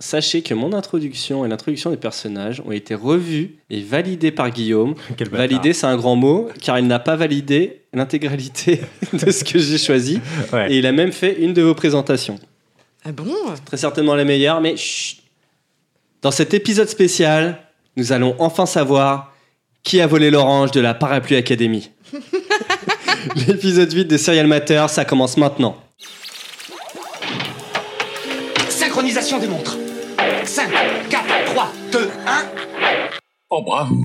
Sachez que mon introduction et l'introduction des personnages ont été revues et validées par Guillaume. Quel bâtard. Validées, c'est un grand mot, car il n'a pas validé l'intégralité de ce que j'ai choisi. Ouais. Et il a même fait une de vos présentations. Ah bon Très certainement la meilleure, mais chut. Dans cet épisode spécial, nous allons enfin savoir qui a volé l'orange de la Parapluie Academy. L'épisode 8 de Serial Matter, ça commence maintenant. Synchronisation des montres. 5, 4, 3, 2, 1. Oh bravo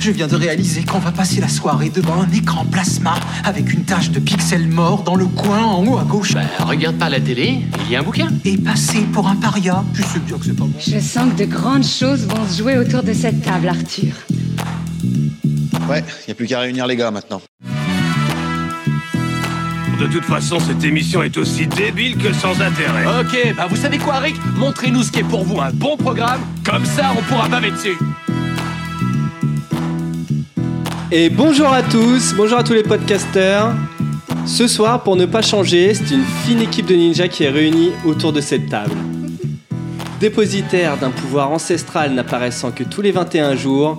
Je viens de réaliser qu'on va passer la soirée devant un écran plasma avec une tache de pixels morts dans le coin en haut à gauche Bah, Regarde par la télé, il y a un bouquin. et passer pour un paria. Je sais bien que c'est pas bon. Je sens que de grandes choses vont se jouer autour de cette table, Arthur. Ouais, y a plus qu'à réunir les gars maintenant. De toute façon, cette émission est aussi débile que sans intérêt. Ok, bah vous savez quoi, Rick Montrez-nous ce qui est pour vous un bon programme, comme ça on pourra baver dessus. Et bonjour à tous, bonjour à tous les podcasters. Ce soir, pour ne pas changer, c'est une fine équipe de ninjas qui est réunie autour de cette table. Dépositaire d'un pouvoir ancestral n'apparaissant que tous les 21 jours,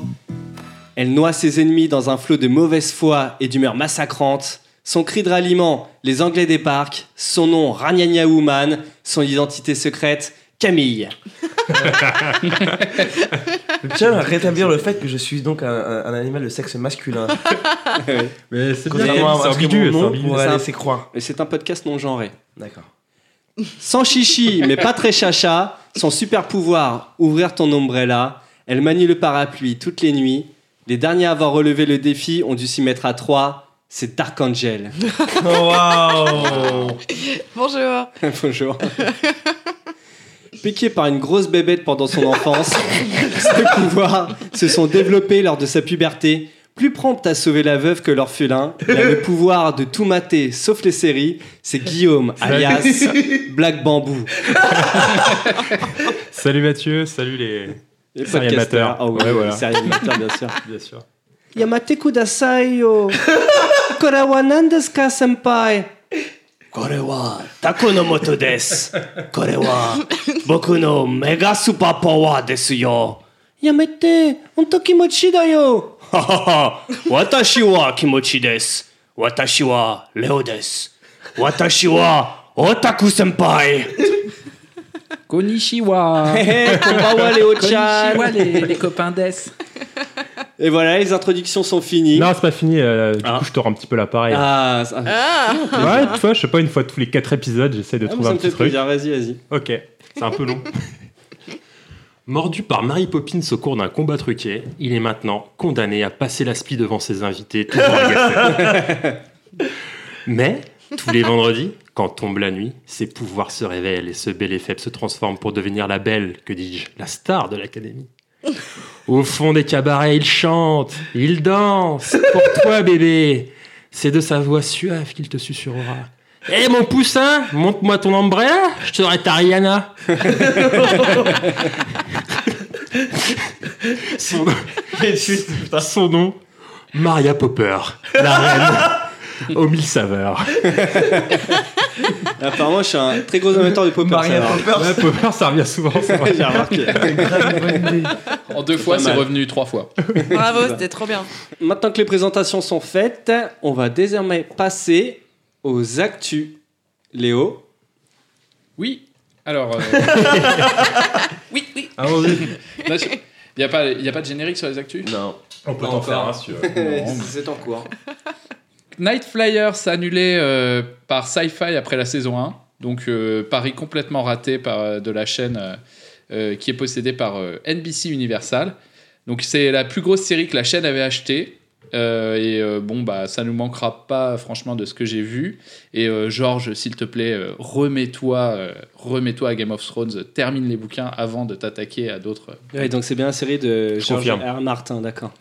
elle noie ses ennemis dans un flot de mauvaise foi et d'humeur massacrante. Son cri de ralliement, les Anglais des parcs, son nom Ragnagna Woman, son identité secrète, Camille. Je tiens à rétablir le fait que je suis donc un, un- un animal de sexe masculin. Mais c'est bien, Contrairement c'est à ce que ambigu, c'est mon nom ambigu. pourrait C'est un- laisser croire. Et c'est un podcast non genré. D'accord. Sans chichi, mais pas très chacha, son super pouvoir, ouvrir ton umbrella, elle manie le parapluie toutes les nuits. Les derniers à avoir relevé le défi ont dû s'y mettre à trois. C'est Dark Angel. Oh, Waouh Bonjour. Bonjour. Piqué par une grosse bébête pendant son enfance, ses pouvoirs se sont développés lors de sa puberté. Plus prompte à sauver la veuve que l'orphelin, il a le pouvoir de tout mater sauf les séries. C'est Guillaume, alias Black Bamboo. Salut Mathieu, salut les. Et Serial podcasteur. Matter. Ah oui, Ouais, voilà. Serial Matter, bien sûr. Bien sûr. Yamate kudasai yo. Korawa nan desu ka, senpai? Korewa taku no moto desu. Korewa boku no mega super power desu yo. Yamete, honto kimochi da yo. Ha ha ha. Watashi wa kimochi desu. Watashi wa Leo desu. Watashi wa otaku senpai. Konnichiwa Konbawa Leo-chan. Konnichiwa, les, les copains d'Es. Et voilà, les introductions sont finies. Non, c'est pas fini, euh, du Ah. coup, je te rends un petit peu l'appareil. Ah, ça- Ah Ouais, tu vois, je sais pas, une fois tous les 4 épisodes, j'essaie de Ah, mais trouver ça un me fait petit truc. plaisir, vas-y, vas-y. Ok, c'est un peu long. Mordu par Mary Poppins au cours d'un combat truqué, il est maintenant condamné à passer la spie devant ses invités tout en agacé. Mais, tous les vendredis, quand tombe la nuit, ses pouvoirs se révèlent et ce bel et faible se transforme pour devenir la belle, que dis-je, la star de l'académie. Au fond des cabarets, il chante, il danse, pour toi bébé. C'est de sa voix suave qu'il te susurrera. Eh mon poussin, monte-moi ton ombrella, je te serai ta Rihanna. son, son nom, Maria Popper, la reine aux mille saveurs. Apparemment, je suis un très gros amateur de Popper. Maria ça va. Popper, Ouais, Popper, ça revient souvent. c'est vrai. J'ai remarqué. En deux fois, Pas c'est mal. revenu trois fois. Bravo, c'était trop bien. Maintenant que les présentations sont faites, on va désormais passer aux actus. Léo, Oui, alors... euh, Oui, oui. là, je- Il n'y a, pas- il y a pas de générique sur les actus Non. On peut Pas en encore. faire un si tu veux. c'est en cours. Night Flyers annulé euh, par Sci-Fi après la saison 1. Donc, euh, pari complètement raté par, euh, de la chaîne euh, euh, qui est possédée par euh, NBC Universal. Donc, c'est la plus grosse série que la chaîne avait achetée. Euh, et euh, bon, bah, ça nous manquera pas, franchement, de ce que j'ai vu. Et euh, Georges, s'il te plaît, euh, remets-toi euh, remets-toi à Game of Thrones, euh, termine les bouquins avant de t'attaquer à d'autres. Ouais, donc c'est bien la série de Je George confirme. R. Martin, d'accord.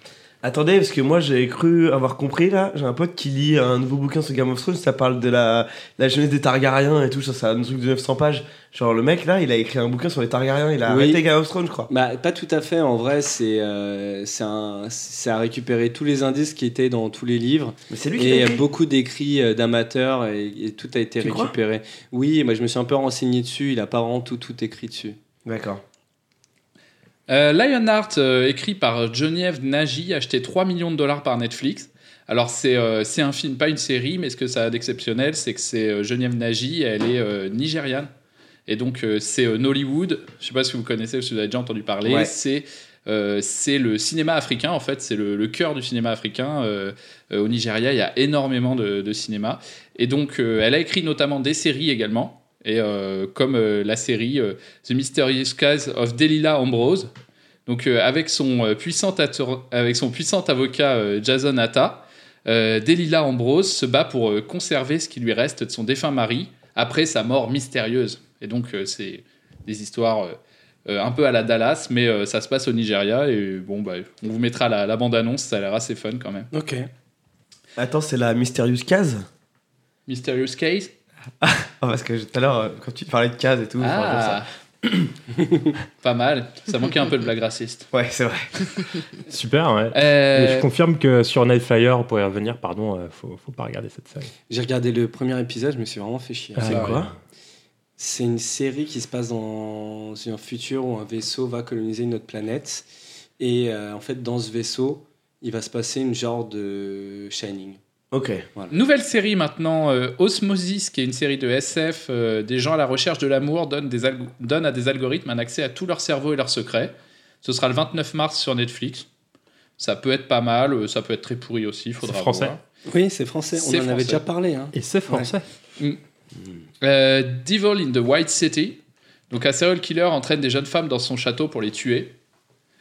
Attendez, parce que moi j'ai cru avoir compris là. J'ai un pote qui lit un nouveau bouquin sur Game of Thrones, ça parle de la, la jeunesse des Targaryens et tout. Ça, c'est un truc de 900 pages. Genre le mec là, il a écrit un bouquin sur les Targaryens, il a Oui. arrêté Game of Thrones, je crois. Bah, pas tout à fait, en vrai, c'est euh, c'est un- c'est à récupérer tous les indices qui étaient dans tous les livres. Mais c'est lui qui Et l'a euh, écrit. beaucoup d'écrits euh, d'amateurs et, et tout a été Tu crois récupéré. Oui, moi je me suis un peu renseigné dessus, il a pas vraiment tout, tout écrit dessus. D'accord. Euh, Lionheart, euh, écrit par Geneviève Nagy, acheté 3 millions de dollars par Netflix. Alors, c'est euh, c'est un film, pas une série, mais ce que ça a d'exceptionnel, c'est que c'est euh, Geneviève Nagy, elle est euh, nigériane. Et donc, euh, c'est euh, Nollywood. Je sais pas si vous connaissez ou si vous avez déjà entendu parler. Ouais. C'est. euh, c'est le cinéma africain, en fait, c'est le, le cœur du cinéma africain. Euh, euh, au Nigeria, il y a énormément de, de cinéma. Et donc, euh, elle a écrit notamment des séries également, et euh, comme euh, la série euh, The Mysterious Case of Delilah Ambrose, donc euh, avec, son, euh, puissant ator- avec son puissant avocat euh, Jason Atta, euh, Delilah Ambrose se bat pour euh, conserver ce qui lui reste de son défunt mari après sa mort mystérieuse. Et donc euh, c'est des histoires euh, euh, un peu à la Dallas, mais euh, ça se passe au Nigeria. Et euh, bon, bah, on vous mettra la, la bande-annonce, ça a l'air assez fun quand même. Ok. Attends, c'est la Mysterious Case Mysterious Case. Ah, Parce que tout à l'heure, euh, quand tu parlais de case et tout. enfin, comme ça. Ah. Pas mal. Ça manquait un peu de blague raciste. Ouais, c'est vrai. Super, ouais. Euh, Et je confirme que sur Nightfire, pour y revenir, pardon, euh, faut, faut pas regarder cette série. J'ai regardé le premier épisode, je me suis vraiment fait chier. Ah, C'est- ouais. quoi C'est une série qui se passe dans un futur où un vaisseau va coloniser une autre planète. Et euh, en fait, dans ce vaisseau, il va se passer une genre de Shining. Ok. Nouvelle série maintenant, euh, Osmosis, qui est une série de SF. euh, des gens à la recherche de l'amour donnent, des alg- donnent à des algorithmes un accès à tout leur cerveau et leurs secrets. Ce sera le 29 mars sur Netflix. Ça peut être pas mal, euh, ça peut être très pourri aussi, faudra C'est français. voir. Oui, c'est français. On en C'est avait français. déjà parlé. hein. Et c'est français. Euh, Devil in the White City. Donc un serial killer entraîne des jeunes femmes dans son château pour les tuer.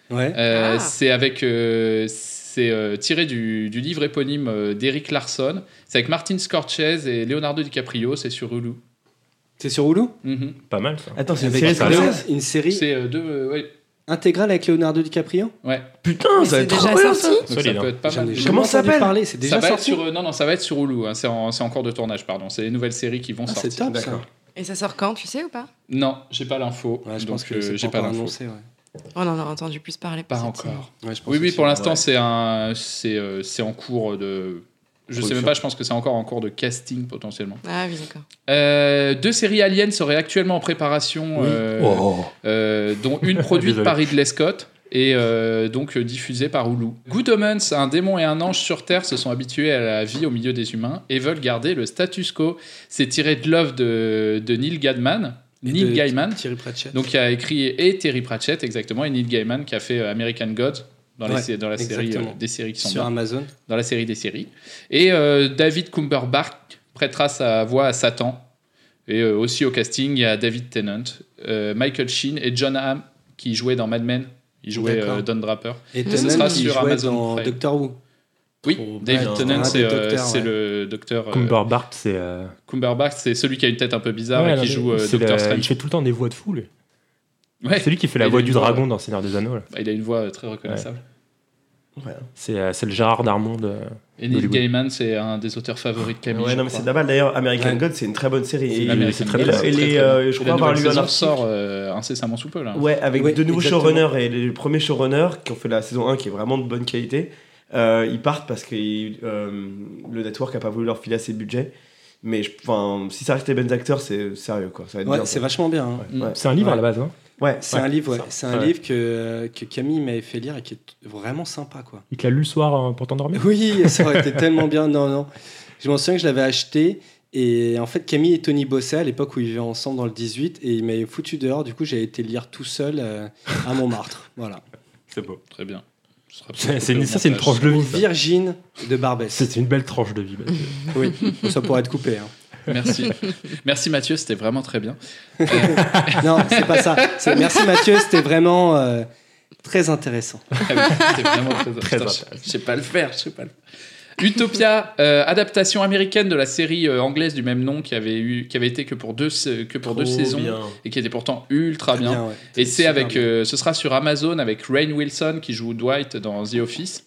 Ouais. Euh, Ah. C'est avec, euh, c'est euh, tiré du, du livre éponyme euh, d'Eric Larson. C'est avec Martin Scorsese et Leonardo DiCaprio. C'est sur Hulu. C'est sur Hulu Mhm. Pas mal, ça. Attends, c'est une Avec série Scarlett. française Une série C'est euh, deux. euh, ouais. intégrale avec Leonardo DiCaprio ouais. Putain, Mais ça va c'est être trop déjà bien ça sorti Donc Solide, ça hein. peut être pas J'en mal. ai Ça jamais Comment ça entendu s'appelle parler, C'est déjà va être sorti. sur, euh, non, non, ça va être sur Hulu. hein. C'est en, c'est en cours de tournage, pardon. C'est les nouvelles séries qui vont Ah, sortir. c'est top ça. D'accord. Et ça sort quand, tu sais ou pas Non, j'ai pas l'info. Ouais, je donc pense que euh, c'est j'ai pas encore l'info. annoncé. ouais. Oh On en aura entendu plus parler. pour Pas cette encore. Ouais, je pense Oui, oui, aussi. pour l'instant, Ouais. c'est un, c'est, euh, c'est en cours de. Je sais même pas. Je pense que c'est encore en cours de casting potentiellement. série. Ah oui, d'accord. Euh, deux séries aliens seraient actuellement en préparation, euh, Oh. euh, dont une produite Désolé. par Ridley Scott et euh, donc euh, diffusée par Hulu. Good Omens, un démon et un ange sur Terre se sont habitués à la vie au milieu des humains et veulent garder le status quo. C'est tiré de l'œuvre de, de Neil Gaiman. Et Neil de Gaiman, Thierry Pratchett. donc qui a écrit et Terry Pratchett exactement et Neil Gaiman qui a fait euh, American Gods dans, les Ouais, sé- dans la série exactement. euh, des séries qui sont sur bien Amazon. dans la série des séries. Et euh, David Cumberbatch prêtera sa voix à Satan. Et euh, aussi au casting, il y a David Tennant, euh, Michael Sheen et John Hamm qui jouaient dans Mad Men. Ils jouaient D'accord. euh, Don Draper. Et Ce Tennant sera qui sur jouait Amazon dans Prime. Doctor Who. Oui, Oh, Trop bien. David Tennant, Ah, c'est des euh, docteurs, c'est ouais. le docteur euh, Cumberbatch, c'est. euh, Cumberbatch. C'est celui qui a une tête un peu bizarre ouais, et non, qui mais joue euh, c'est Doctor le- Il Strange. fait tout le temps des voix de fou, lui. Ouais. C'est lui qui fait la Il a voix une du voix, dragon dans Seigneur des Anneaux. là. Bah, il a une voix euh, très reconnaissable. C'est euh, c'est le Gérard Darmon de. Et Neil Hollywood. Gaiman, c'est un des auteurs favoris de Camille. Ouais, je non, mais crois. c'est d'abord d'ailleurs American Ouais. God, c'est une très bonne série. C'est Et- l'American c'est très Gods, bien. c'est Et les, très, euh, très je crois bien. Et la avoir nouvelle lu un saison article. sort euh, incessamment sous peu là. Ouais, avec Oui, deux nouveaux exactement. showrunners et le premier showrunner qui ont fait la saison 1 qui est vraiment de bonne qualité. euh, ils partent parce que euh, le network a pas voulu leur filer assez de budget. Mais je- enfin, si ça reste les bonnes acteurs, c'est sérieux quoi. Ça va être Ouais, bien, c'est quoi. vachement bien. hein. Mm. Ouais. C'est un livre Ouais. à la base, hein. Ouais, C'est ouais. un livre, ouais. Ça. c'est un Ouais. livre que, euh, que Camille m'avait fait lire et qui est vraiment sympa, quoi. Il te l'a lu le soir euh, pour t'endormir. Oui, ça aurait été tellement bien. Non, non. Je m'en souviens que je l'avais acheté. Et en fait, Camille et Tony bossaient à l'époque où ils vivaient ensemble dans le 18 et ils m'avaient foutu dehors. Du coup, j'avais été lire tout seul euh, à Montmartre. Voilà. C'est beau. Très bien. Ce sera Ça, c'est peut-être une, au ça, c'est une montage. tranche de vie. ça. Virgin de Barbès. C'est une belle tranche de vie. Mathieu. Oui, ça pourrait être coupé. hein. Merci. Merci Mathieu, c'était vraiment très bien. Non, c'est pas ça. C'est- Merci Mathieu, c'était vraiment euh, très intéressant. C'était vraiment très, Très Putain, intéressant. je- Je sais pas le faire, je sais pas le faire. Utopia, euh, adaptation américaine de la série euh, anglaise du même nom qui avait, eu, qui avait été que pour deux, se- que pour deux Trop saisons bien. et qui était pourtant ultra bien. ouais. Et c'est Super avec, bien. euh, ce sera sur Amazon avec Rain Wilson qui joue Dwight dans The Office.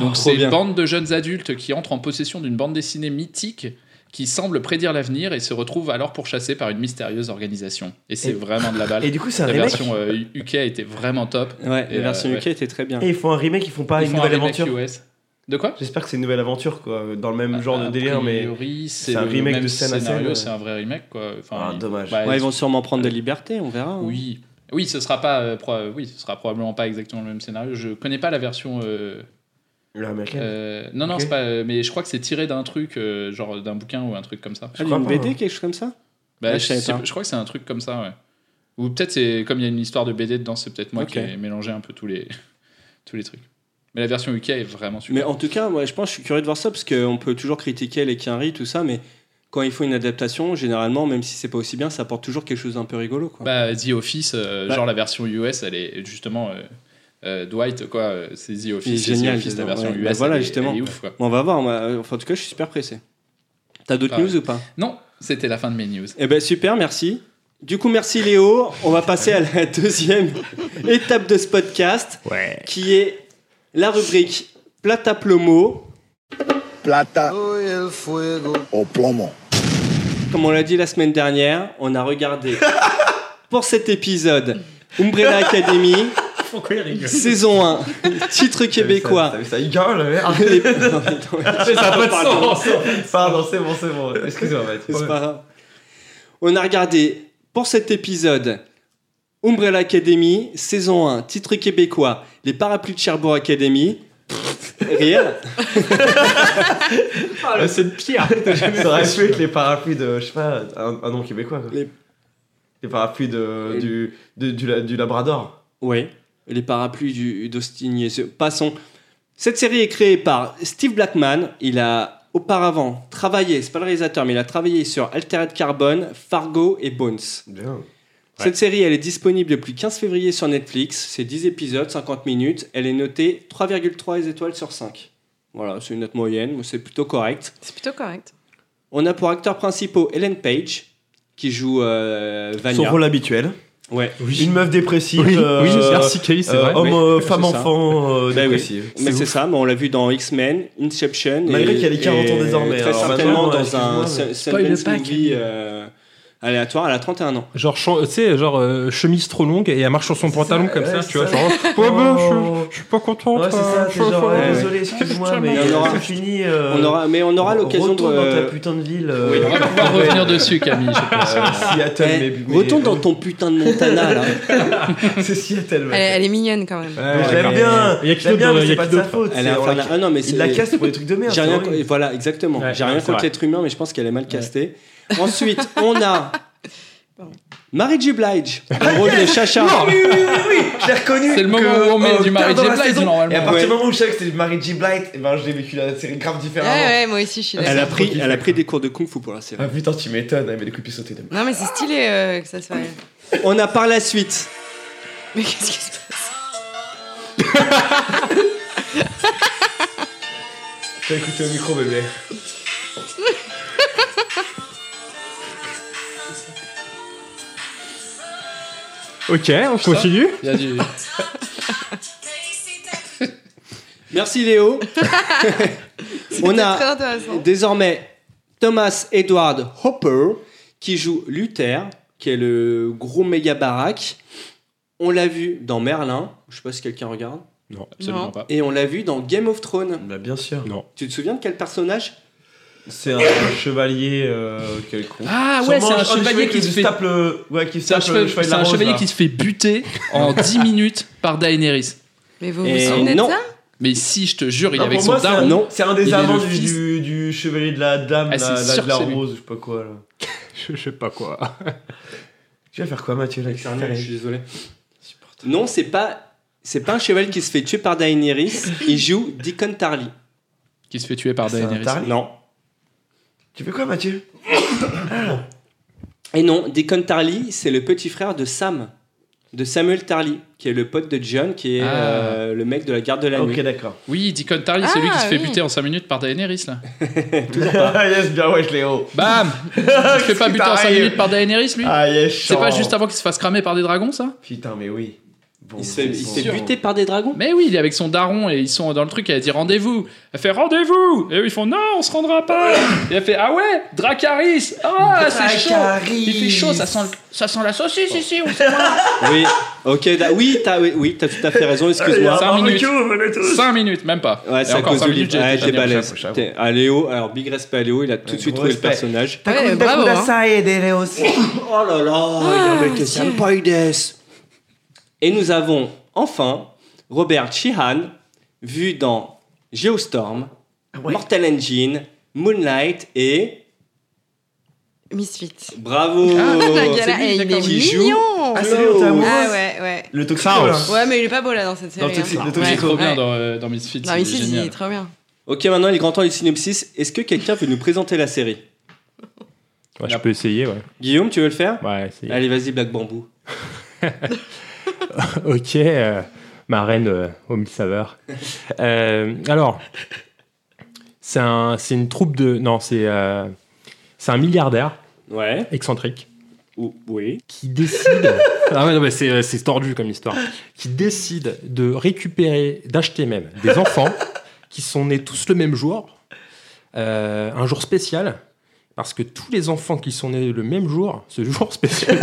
Donc trop c'est une bien. bande de jeunes adultes qui entrent en possession d'une bande dessinée mythique qui semble prédire l'avenir et se retrouvent alors pourchassés par une mystérieuse organisation. Et c'est Et- vraiment de la balle. Et du coup, c'est un La remake. version euh, UK était vraiment top. Ouais, Et, la version euh, UK était très bien. Et ils font un remake, ils font pas Ils une font un nouvelle remake aventure. US. De quoi J'espère que c'est une nouvelle aventure quoi, dans le même genre de A délire, mais priori, c'est un le remake même de scène à scénario, scène. C'est un vrai remake, quoi. Enfin, Ah, ils- dommage. bah, Ouais, ils vont sûrement prendre des libertés, on verra. hein. Oui, Oui, ce sera pas, euh, pro- oui, ce sera probablement pas exactement le même scénario. Je connais pas la version. euh, L'américaine. euh, non, non, Ok. c'est pas. euh, mais je crois que c'est tiré d'un truc, euh, genre d'un bouquin ou un truc comme ça. Je Ah, crois une pas, BD, hein. quelque chose comme ça Bah, Ouais, je je, savais sais pas. pas, je crois que c'est un truc comme ça, ouais. Ou peut-être c'est comme il y a une histoire de BD dedans, c'est peut-être moi Ok. qui ai mélangé un peu tous les tous les trucs. Mais la version UK est vraiment super. Mais en tout cas, moi, je pense, je suis curieux de voir ça parce qu'on peut toujours critiquer les quinries, tout ça, mais quand ils font une adaptation, généralement, même si c'est pas aussi bien, ça apporte toujours quelque chose d'un peu rigolo, quoi. Bah, The Office, euh, Bah. genre la version US, elle est justement euh, euh, Dwight, quoi. euh, C'est The Office, Il est c'est génial, The Office, la justement, version ouais. US. Bah voilà, elle est- justement. elle est ouf, quoi. Bon, on va voir. moi, euh, Enfin, en tout cas, je suis super pressé. T'as d'autres Ah ouais. news ou pas Non, c'était la fin de mes news. Eh ben super, merci. Du coup, merci Léo. On va passer à la deuxième étape de ce podcast, qui est la rubrique Plata Plomo. Plata o plomo. Comme on l'a dit la semaine dernière, on a regardé pour cet épisode Umbrella Academy, Pourquoi il rigole saison 1, titre québécois. T'as vu ça, il gueule, merde. Les- Non, mais attends, Ça n'a pas parle Pardon, c'est bon, c'est bon. Excusez-moi, mec. C'est pas grave. On a regardé pour cet épisode Umbrella Academy, saison 1, titre québécois, Les parapluies de Cherbourg Academy. Rien. Ah, C'est de pire. Ça aurait pu être les parapluies de, je sais pas, un, un nom québécois. quoi. Les- Les, parapluies de, du, de- du, la- du Labrador. Oui. Les parapluies du- d'Austin. Yeager. Passons. Cette série est créée par Steve Blackman. Il a auparavant travaillé, c'est pas le réalisateur, mais il a travaillé sur Altered Carbon, Fargo et Bones. Bien. Cette série, elle est disponible depuis 15 février sur Netflix. C'est 10 épisodes, 50 minutes. Elle est notée 3,3 étoiles sur 5. Voilà, c'est une note moyenne, mais c'est plutôt correct. C'est plutôt correct. On a pour acteurs principaux Ellen Page, qui joue euh, Son Vanya. rôle habituel. Ouais. Une meuf dépressive. Oui, euh, oui, merci Kelly, c'est euh, vrai. Homme, euh, c'est femme, ça. enfant, euh, Bah oui. dépressive. Mais c'est ça, mais on l'a vu dans X-Men, Inception. Malgré et- qu'il y a les 40 ans et désormais, Très alors certainement maintenant, dans excuse-moi, un Sun- mais- Spoil le Sundance pack. movie euh, aléatoire. Elle a 31 ans. Genre, chan- tu sais, genre euh, chemise trop longue et elle marche sur son C'est pantalon ça, comme ouais, ça, c'est tu vois. ça. Genre, ouais, ben, Oh. je- je, suis pas contente. Ouais, c'est euh, ça, je- c'est genre, je- ouais, ouais. désolé, excuse-moi, mais Il y en aura- c'est fini. euh, On aura, mais on aura l'occasion de. retourne dans ta putain de ville. euh, Oui. On va pouvoir revenir dessus, Camille. je pense. euh, Seattle, Eh, mais, mais- retourne dans ton putain de Montana là. C'est Seattle, Elle, mec. Eh, elle est mignonne quand même. Je l'aime d'accord. bien. Il eh, y a qui je l'aime bien, d'autre, il y a mais c'est qui pas de sa d'autre hein faute. Elle est c'est- on la- infernale. Ah non, mais c'est- Il la casse pour des trucs de merde. J'ai c'est rien horrible. co- voilà, exactement. Ouais, J'ai rien ouais, c'est contre vrai. l'être humain, mais je pense qu'elle est mal castée. Ensuite, on a. Mary J. Blige, le rôle de Chacha. Je l'ai reconnu. C'est le moment que, où on met euh, du tard Mary dans J. la Blige, saison. normalement. Et à partir Ouais. du moment où je savais que c'était du Mary J. Blight, et ben j'ai vécu la série grave Ouais, différemment. ouais, moi aussi je suis Elle d'accord. a, pris, elle a pris des cours de kung fu pour la série. Ah putain, tu m'étonnes, elle met des coups de pied sautés. de- Non, mais c'est stylé euh, que ça soit elle. On a par la suite. Mais qu'est-ce qui se passe T'as écouté au micro, bébé. Ok, on continue. Il y a du- Merci Léo. on C'était a. très intéressant. Désormais, Thomas Edward Hopper, qui joue Luther, qui est le gros méga baraque. On l'a vu dans Merlin, je sais pas si quelqu'un regarde. Non, absolument Non. pas. Et on l'a vu dans Game of Thrones. Bah bien sûr. Tu te souviens de quel personnage C'est un chevalier euh, quelconque. Ah ouais, c'est un chevalier qui se fait. tape le. Ouais, qui se C'est un tape le chevalier, cheval de c'est la un rose, chevalier là. qui se fait buter en 10 minutes par Daenerys. Mais vous vous Et souvenez de non. ça Mais si, je te jure, il est Non, avec pour son moi, c'est un- daron. non. C'est un des Il est amants le du, fils. du, du chevalier de la dame, Ah, la, c'est la- sûr de la que c'est lui. rose, je sais pas quoi là. Je, je sais pas quoi. Tu vas faire quoi, Mathieu là Je suis désolé. Supporte. Non, c'est pas. C'est pas un cheval qui se fait tuer par Daenerys, il joue Deacon Tarly. Qui se fait tuer par C'est un Daenerys. taré. Non. Tu fais quoi, Mathieu Et non, Deacon Tarly, c'est le petit frère de Sam, de Samuel Tarly, qui est le pote de John, qui est Ah. euh, le mec de la garde de la Ok, nuit. d'accord. Oui, Deacon Tarly, c'est lui qui se fait Ah, oui. buter en 5 minutes par Daenerys là. Ah yes, bien ouais, je l'ai haut. Bam Il se fait pas Qu'est-ce qui buter en 5 t'arrive minutes par Daenerys lui Ah yes, C'est pas Jean. juste avant qu'il se fasse cramer par des dragons ça Putain, mais oui. Bon, Il se fait, il se fait sûr. buter par des dragons Mais oui, il est avec son daron et ils sont dans le truc. Elle dit rendez-vous. Elle fait rendez-vous. Et eux ils font non, on se rendra pas. Et elle fait ah ouais, Dracaris. Ah, c'est chaud. Il fait chaud, ça sent, le- ça sent la saucisse ici. on sait pas. Oui, ok, da- oui, t'as oui, oui, t'as tout à fait raison, excuse-moi. Cinq minutes. 5 minutes, même pas. Ouais, Et c'est à encore cause cinq de minutes, livre. j'ai été Ouais, t'es très bien. balèze. j'avoue. T'es- à Léo, alors big respect à Léo, il a tout Ouais, de suite gros trouvé le respect. personnage. Ouais, bravo. hein. et des Léos. Oh là là, Ah, il avait été Dieu. sympa, Ides. Et nous avons enfin Robert Sheehan, vu dans Geostorm, Mortal Engine, Moonlight et. Misfit. Bravo Ah, la galère, eh, il est Qui joue mignon Ah, c'est lui, on t'a amoureux Ah ouais, ouais. Le toxico, Faust. Ouais, mais il est pas beau là dans cette série. hein. Il est Ouais. trop bien Ouais. dans, euh, dans Misfits. Non, il est Misfits, il génial. est trop bien. Ok, maintenant il est grand temps du synopsis. Est-ce que quelqu'un veut nous présenter la série Ouais, je peux essayer, ouais. Guillaume, tu veux le faire Ouais, essayez. Allez, vas-y, Black Bamboo. ok, euh, ma reine euh, aux mille saveurs. Euh, alors, c'est un- c'est une troupe de. Non, c'est euh, c'est un milliardaire. Ouais. Excentrique. oui. Qui décide. ah ouais, non, mais c'est euh, c'est tordu comme histoire. Qui décide de récupérer, d'acheter même des enfants qui sont nés tous le même jour. euh, un jour spécial. Parce que tous les enfants qui sont nés le même jour, ce jour spécial,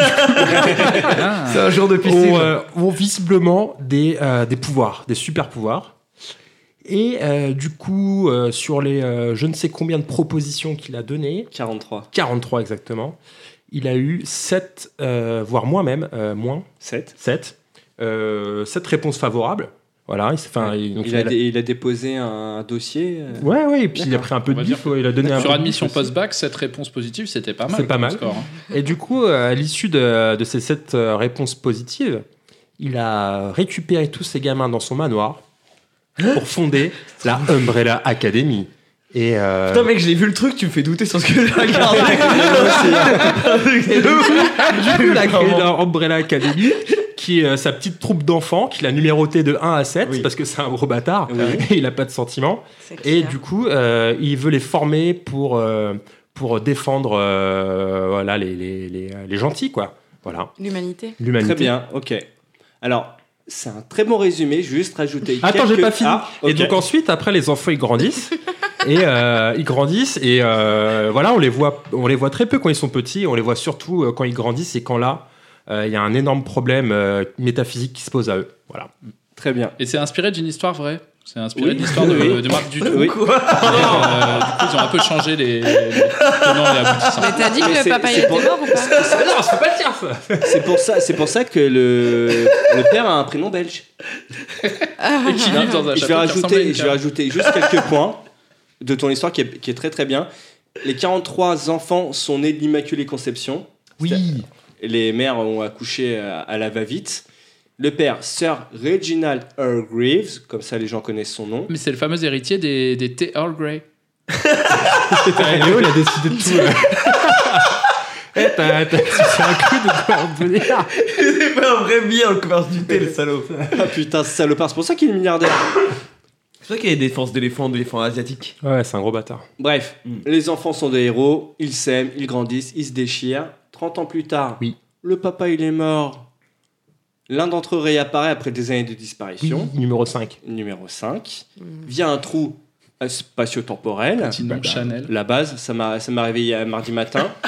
C'est un jour de piscine. ont, euh, ont visiblement des, euh, des pouvoirs, des super pouvoirs. Et euh, du coup, euh, sur les euh, je ne sais combien de propositions qu'il a données, 43. 43 exactement, il a eu 7, voire moins même, euh, moins 7. 7, 7 Euh, réponses favorables. Voilà, il, s'est- enfin, il- donc Il il a, a- dé- il a déposé un dossier. euh, Ouais, ouais, et puis il a pris un peu de On va dire bif, ouais, il a donné un Sur peu de admission bif aussi. post-bac, cette réponse positive, c'était Ah. pas mal. C'est pas comme mal. score, hein. Et du coup, euh, à l'issue de, de ces sept euh, réponses positives, il a récupéré tous ses gamins dans son manoir pour fonder la Umbrella Academy. Et euh, Putain, mec, je l'ai vu le truc, tu me fais douter sur ce que j'ai regardé. et du coup, hein. du coup, il a créé Vraiment. leur Umbrella Academy, qui est euh, sa petite troupe d'enfants, qu'il a numéroté de 1 à 7, parce que c'est un gros bâtard, Ah et il n'a pas de sentiments. Et du coup, euh, il veut les former pour, euh, pour défendre euh, voilà, les, les, les, les gentils, quoi. Voilà. L'humanité. L'humanité. Très bien, ok. Alors, c'est un très bon résumé, je vais juste rajouter. Attends, j'ai quelques- pas fini. Ah, ok. Et donc ensuite, après, les enfants ils grandissent. Et euh, ils grandissent et euh, voilà on les voit on les voit très peu quand ils sont petits on les voit surtout euh, quand ils grandissent et quand là euh, il y a un énorme problème euh, métaphysique qui se pose à eux voilà Très bien. Et c'est inspiré d'une histoire vraie. C'est inspiré Oui. d'une histoire de, Oui. de Marc Dutroux. Oui. Et, euh, du coup, ils ont un peu changé les, les tenants et aboutissants. Mais t'as dit que Mais le Ah, c'est- papa il c'est était pour- mort ou pas non c'est pas dire ça C'est pour ça, c'est pour ça que le, le père a un prénom belge. Et qui vivent dans un je vais château qui ressemble à rajouter, je vais une cave. rajouter juste quelques points de ton histoire qui est, qui est très très bien. Les 43 enfants sont nés de l'Immaculée Conception. oui Les mères ont accouché à, à la va-vite. Le père, Sir Reginald Hargreaves, comme ça les gens connaissent son nom. Mais c'est le fameux héritier des, des T. Earl Grey. Putain, Léo il a décidé de tout euh. Eh, t'as- t'as- c'est un coup de quoi on peut dire. C'est pas un vrai bien le commerce du thé, le salaud. C'est Ah putain, ce salopard, c'est pour ça qu'il est milliardaire. vrai qu'il y a des forces d'éléphants, d'éléphants asiatiques. ouais c'est un gros bâtard Bref, les enfants sont des héros, ils s'aiment, ils grandissent, ils se déchirent. 30 ans plus tard, Oui. le papa il est mort. L'un d'entre eux réapparaît après des années de disparition, numéro 5 numéro 5, via un trou euh, spatio-temporel. Petit nom Chanel. La base, ça m'a ça m'a réveillé euh, mardi matin.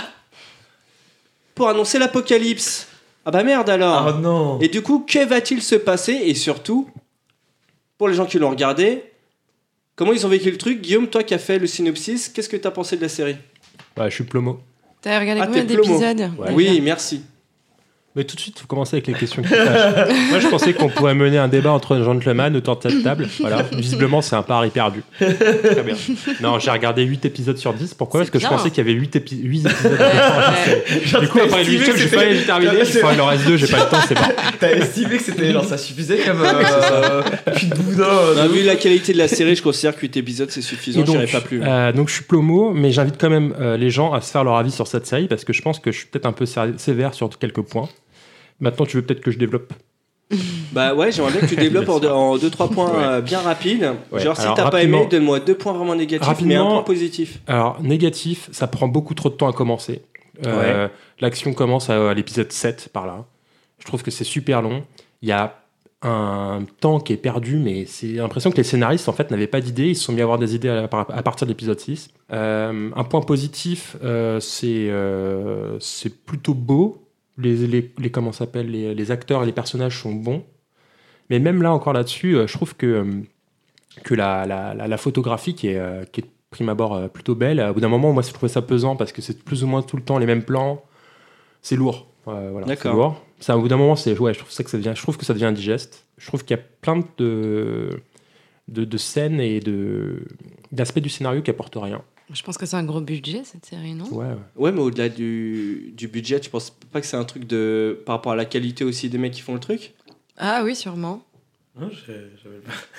Pour annoncer l'apocalypse. Ah bah merde alors Oh non. et du coup, que va-t-il se passer Et surtout, pour les gens qui l'ont regardé, comment ils ont vécu le truc Guillaume, toi qui as fait le synopsis, qu'est-ce que t'as pensé de la série ouais, Bah, je suis plomo T'as regardé Ah, combien t'es plomo. d'épisodes Ouais. Oui, merci. Mais tout de suite, faut commencer avec les questions qui fâchent. Moi, je pensais qu'on pourrait mener un débat entre gentlemen autour de cette table. Voilà. Visiblement, c'est un pari perdu. Très bien. Non, j'ai regardé 8 épisodes sur 10. Pourquoi Parce C'est que je bien. pensais qu'il y avait 8, épisodes. Ouais, du coup, après le 8 j'ai pas j'ai terminé. T'as- J'ai fait, il en reste 2, j'ai pas le temps, c'est pas. T'as estimé que c'était genre ça suffisait comme euh, puits de boudin. On a euh, Bah, vu la qualité de la série, je considère que 8 épisodes c'est Et suffisant, j'irai pas plus. loin. euh, donc, je suis plomo, mais j'invite quand même euh, les gens à se faire leur avis sur cette série parce que je pense que je suis peut-être un peu sé- sévère sur quelques points. Maintenant, tu veux peut-être que je développe. Bah ouais, j'aimerais bien que tu développes en 2-3 points Ouais. euh, bien rapides. Ouais, Genre, si alors, t'as pas aimé, rapidement. donne-moi deux points vraiment négatifs, mais un Rapidement. point positif. Alors, négatif, ça prend beaucoup trop de temps à commencer. Euh, L'action commence à, à l'épisode 7 par là. Je trouve que c'est super long. Il y a un temps qui est perdu, mais c'est l'impression que les scénaristes en fait n'avaient pas d'idées. Ils se sont mis à avoir des idées à, à partir de l'épisode 6. Euh, un point positif, euh, c'est euh, c'est plutôt beau. Les, les, les- comment ça s'appelle les, les acteurs et les personnages sont bons. Mais même là, encore là-dessus, euh, je trouve que, euh, que la, la, la, la photographie qui est, euh, qui est de prime abord euh, plutôt belle, euh, au bout d'un moment, moi, je trouvais ça pesant parce que c'est plus ou moins tout le temps les mêmes plans. C'est lourd. Euh, voilà, D'accord. c'est lourd. Ça, au bout d'un moment, c'est ouais, je trouve ça que ça devient, je trouve que ça devient indigeste. Je trouve qu'il y a plein de de, de scènes et de d'aspects du scénario qui apportent rien. Je pense que c'est un gros budget cette série, non Ouais. ouais. Ouais, mais au-delà du, du budget, je pense pas que c'est un truc de. par rapport à la qualité aussi des mecs qui font le truc Ah oui, sûrement.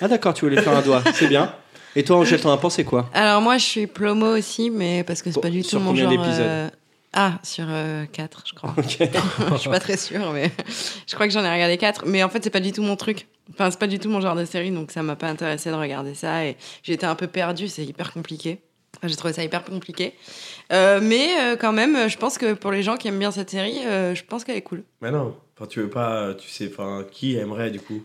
Ah, d'accord, tu voulais faire un doigt, c'est bien. Et toi, Angèle, t'en as pensé quoi Alors moi, je suis plomo aussi, mais parce que c'est pas du sur tout mon combien genre. d'épisodes euh, Ah, sur 4, je crois. je suis pas très sûre, mais je crois que j'en ai regardé 4. Mais en fait, c'est pas du tout mon truc. Enfin, c'est pas du tout mon genre de série, donc ça m'a pas intéressé de regarder ça. Et j'étais un peu perdue, c'est hyper compliqué. Enfin, J'ai trouvé ça hyper compliqué. Euh, mais euh, quand même, je pense que pour les gens qui aiment bien cette série, euh, je pense qu'elle est cool. Mais non, enfin, tu veux pas, tu sais, enfin, qui aimerait du coup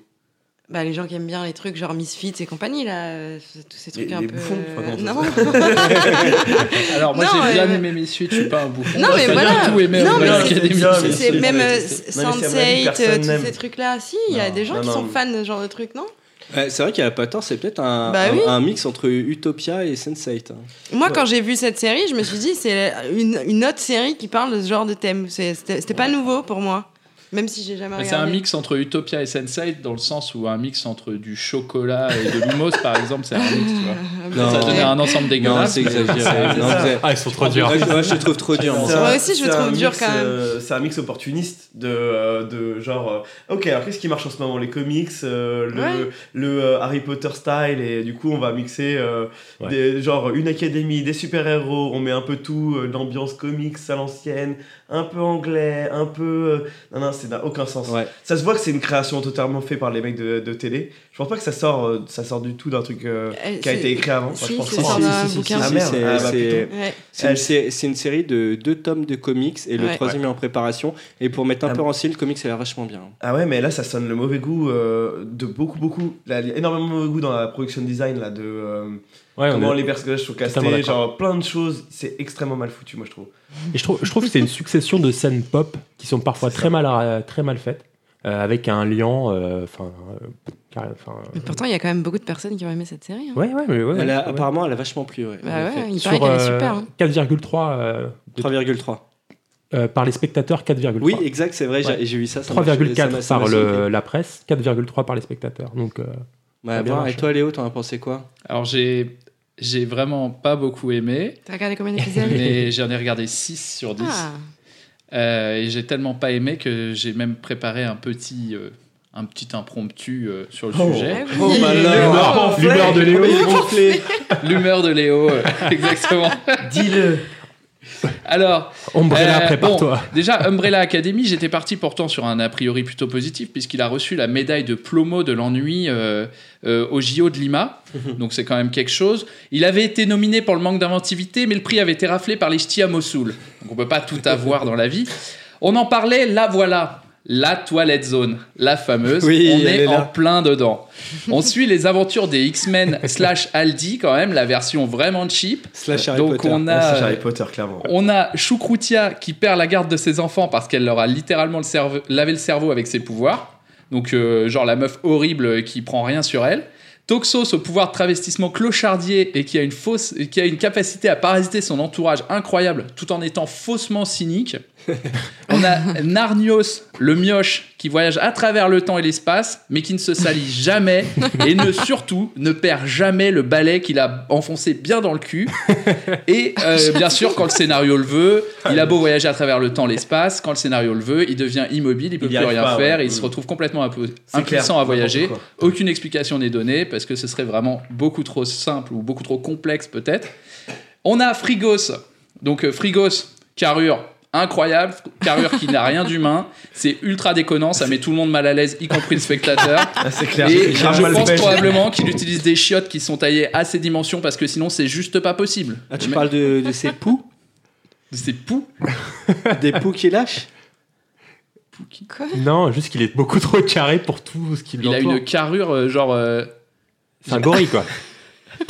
Bah, les gens qui aiment bien les trucs genre Misfits et compagnie, là, euh, tous ces trucs Les- un les peu. euh, bouffons, enfin, non, comment ça s'appelle Alors moi Non, j'ai bien euh, aimé Misfits, je suis pas un bouffon. Non, Moi, mais j'ai voilà. bien tout aimé Non, mais Umbrella c'est- Academy. C'est c'est- même euh, Sense8, euh, personne tous n'aime. ces trucs-là. Si, il y a des gens Non, qui non. sont fans de ce genre de trucs, non Ouais, C'est vrai qu'elle a pas tort, c'est peut-être un, Bah un, oui. un mix entre Utopia et Sense8. hein. Moi, quand j'ai vu cette série, je me suis dit, c'est une, une autre série qui parle de ce genre de thème. C'est- C'était c'était pas nouveau pour moi, même si j'ai jamais Mais regardé. C'est un mix entre Utopia et Sense8 dans le sens où un mix entre du chocolat et de l'humus par exemple, c'est un mix, tu vois. Non. Ça donne un ensemble Non, dégueulasse. c'est mais- exagéré. Non, vous êtes- Ah, ils sont trop durs. Ouais, je- ouais, je te trouve trop dur. moi. C'est Moi un- aussi, je le c'est trouve un dur, mix, quand même. euh, c'est un mix opportuniste de, euh, de genre. euh, ok, alors qu'est-ce qui marche en ce moment Les comics, euh, le, Ouais. le, euh, Harry Potter style, et du coup, on va mixer euh, Ouais. des- genre une académie, des super-héros, on met un peu tout, euh, l'ambiance comics à l'ancienne, un peu anglais, un peu. euh, non, non, ça n'a aucun sens. Ouais. Ça se voit que c'est une création totalement faite par les mecs de, de télé. Je pense pas que ça sort, euh, ça sort du tout d'un truc euh, Euh, qui a c'est- été écrit avant. Enfin, si, je pense c'est pas. sort Si, d'un si, si, bouquin. si, Ah, si, merde. c'est- Ah, bah, c'est- putain. Ouais. C'est une, Elle- sé- c'est une série de deux tomes de comics et le Ouais. troisième est en préparation. Et pour mettre un Ah peu en style, le comics, ça a l'air vachement bien. Ah ouais, mais là, ça sonne le mauvais goût euh, de beaucoup, beaucoup. Là, il y a énormément de mauvais goût dans la production design, là, de euh, Ouais, on comment est- les personnages sont totalement castés, d'accord. genre plein de choses. C'est extrêmement mal foutu, moi, je trouve. Et je trouve, je trouve que c'est une succession de scènes pop qui sont parfois très mal, à- très mal faites, euh, avec un liant. euh, Enfin, euh, carré- enfin, euh, Mais pourtant, il y a quand même beaucoup de personnes qui ont aimé cette série. hein. ouais, ouais, mais ouais, Elle a- ouais. Apparemment, elle a vachement plu. ouais, Bah en ouais, effet. il paraît Sur qu'elle est euh, super. hein. 4,3 euh, de- 3,3. euh, par les spectateurs, 4,3. Oui, exact, c'est vrai, j'ai- Ouais. j'ai vu ça. ça m'a- ça m'a- 3,4 ça m'a par choqué. le, la presse, 4,3 par les spectateurs. Donc, euh, Ouais, ça a bien bon, et marché. toi, Léo, t'en as pensé quoi Alors j'ai j'ai vraiment pas beaucoup aimé, T'as regardé combien d'épisodes mais j'en ai regardé 6 sur 10. Ah. Euh, et j'ai tellement pas aimé que j'ai même préparé un petit, euh, un petit impromptu euh, sur le sujet. Ah oui. l'humeur, l'humeur de Léo. L'humeur de Léo, euh, exactement. Dis-le Alors, Ombrella, euh, prépare-toi. bon, déjà, Umbrella Academy, j'étais parti pourtant sur un a priori plutôt positif, puisqu'il a reçu la médaille de plomo de l'ennui euh, euh, au JO de Lima. Mhm. Donc, c'est quand même quelque chose. Il avait été nominé pour le manque d'inventivité, mais le prix avait été raflé par les ch'tis à Mossoul. Donc, on peut pas tout avoir dans la vie. On en parlait, là voilà. La toilette zone, la fameuse. Oui, on elle est, est en là. plein dedans. On suit les aventures des X-Men slash Aldi, quand même, la version vraiment cheap. Slash Harry Donc Potter. on Ah, a c'est Harry Potter, clairement. on a Choucroutia qui perd la garde de ses enfants parce qu'elle leur a littéralement le cerveau- lavé le cerveau avec ses pouvoirs. Donc, euh, genre la meuf horrible qui prend rien sur elle. Toxos au pouvoir de travestissement clochardier et qui a une fausse, qui a une capacité à parasiter son entourage incroyable tout en étant faussement cynique. On a Narnios, le mioche, qui voyage à travers le temps et l'espace, mais qui ne se salit jamais et ne surtout ne perd jamais le balai qu'il a enfoncé bien dans le cul. Et euh, bien sûr, quand le scénario le veut, il a beau voyager à travers le temps, l'espace, quand le scénario le veut, il devient immobile, il peut Il y plus arrive rien pas, faire, ouais. Mm. et il se retrouve complètement impo- C'est impuissant clair, à voyager. n'importe Aucune explication n'est donnée parce que ce serait vraiment beaucoup trop simple ou beaucoup trop complexe peut-être. On a Frigos, donc euh, Frigos, carrure incroyable, carrure qui n'a rien d'humain, c'est ultra déconnant, ça met tout le monde mal à l'aise, y compris le spectateur. Ah, c'est clair. Et je grave mal pense fait. probablement qu'il utilise des chiottes qui sont taillées à ses dimensions parce que sinon c'est juste pas possible. Ah, tu parles de, de ses poux C'est pou. Des poux qui lâchent Quoi Non, juste qu'il est beaucoup trop carré pour tout ce qu'il Il a l'entoure. une carrure euh, genre. euh, C'est un gorille, quoi.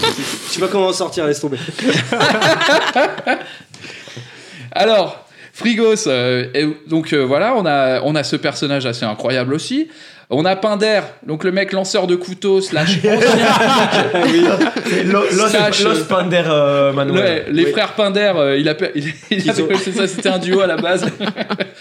Je sais pas comment en sortir, laisse tomber. Alors, Frigos, euh, et donc euh, voilà, on a, on a ce personnage assez incroyable aussi. On a Pinder, donc le mec lanceur de couteau slash ancien flic. Lo- Los- Slash, Los euh, Pander euh, Manuel. Ouais, les frères Pinder, euh, il appelle, il, il Qu'ils ont- appelle- c'est ça, c'était un duo à la base.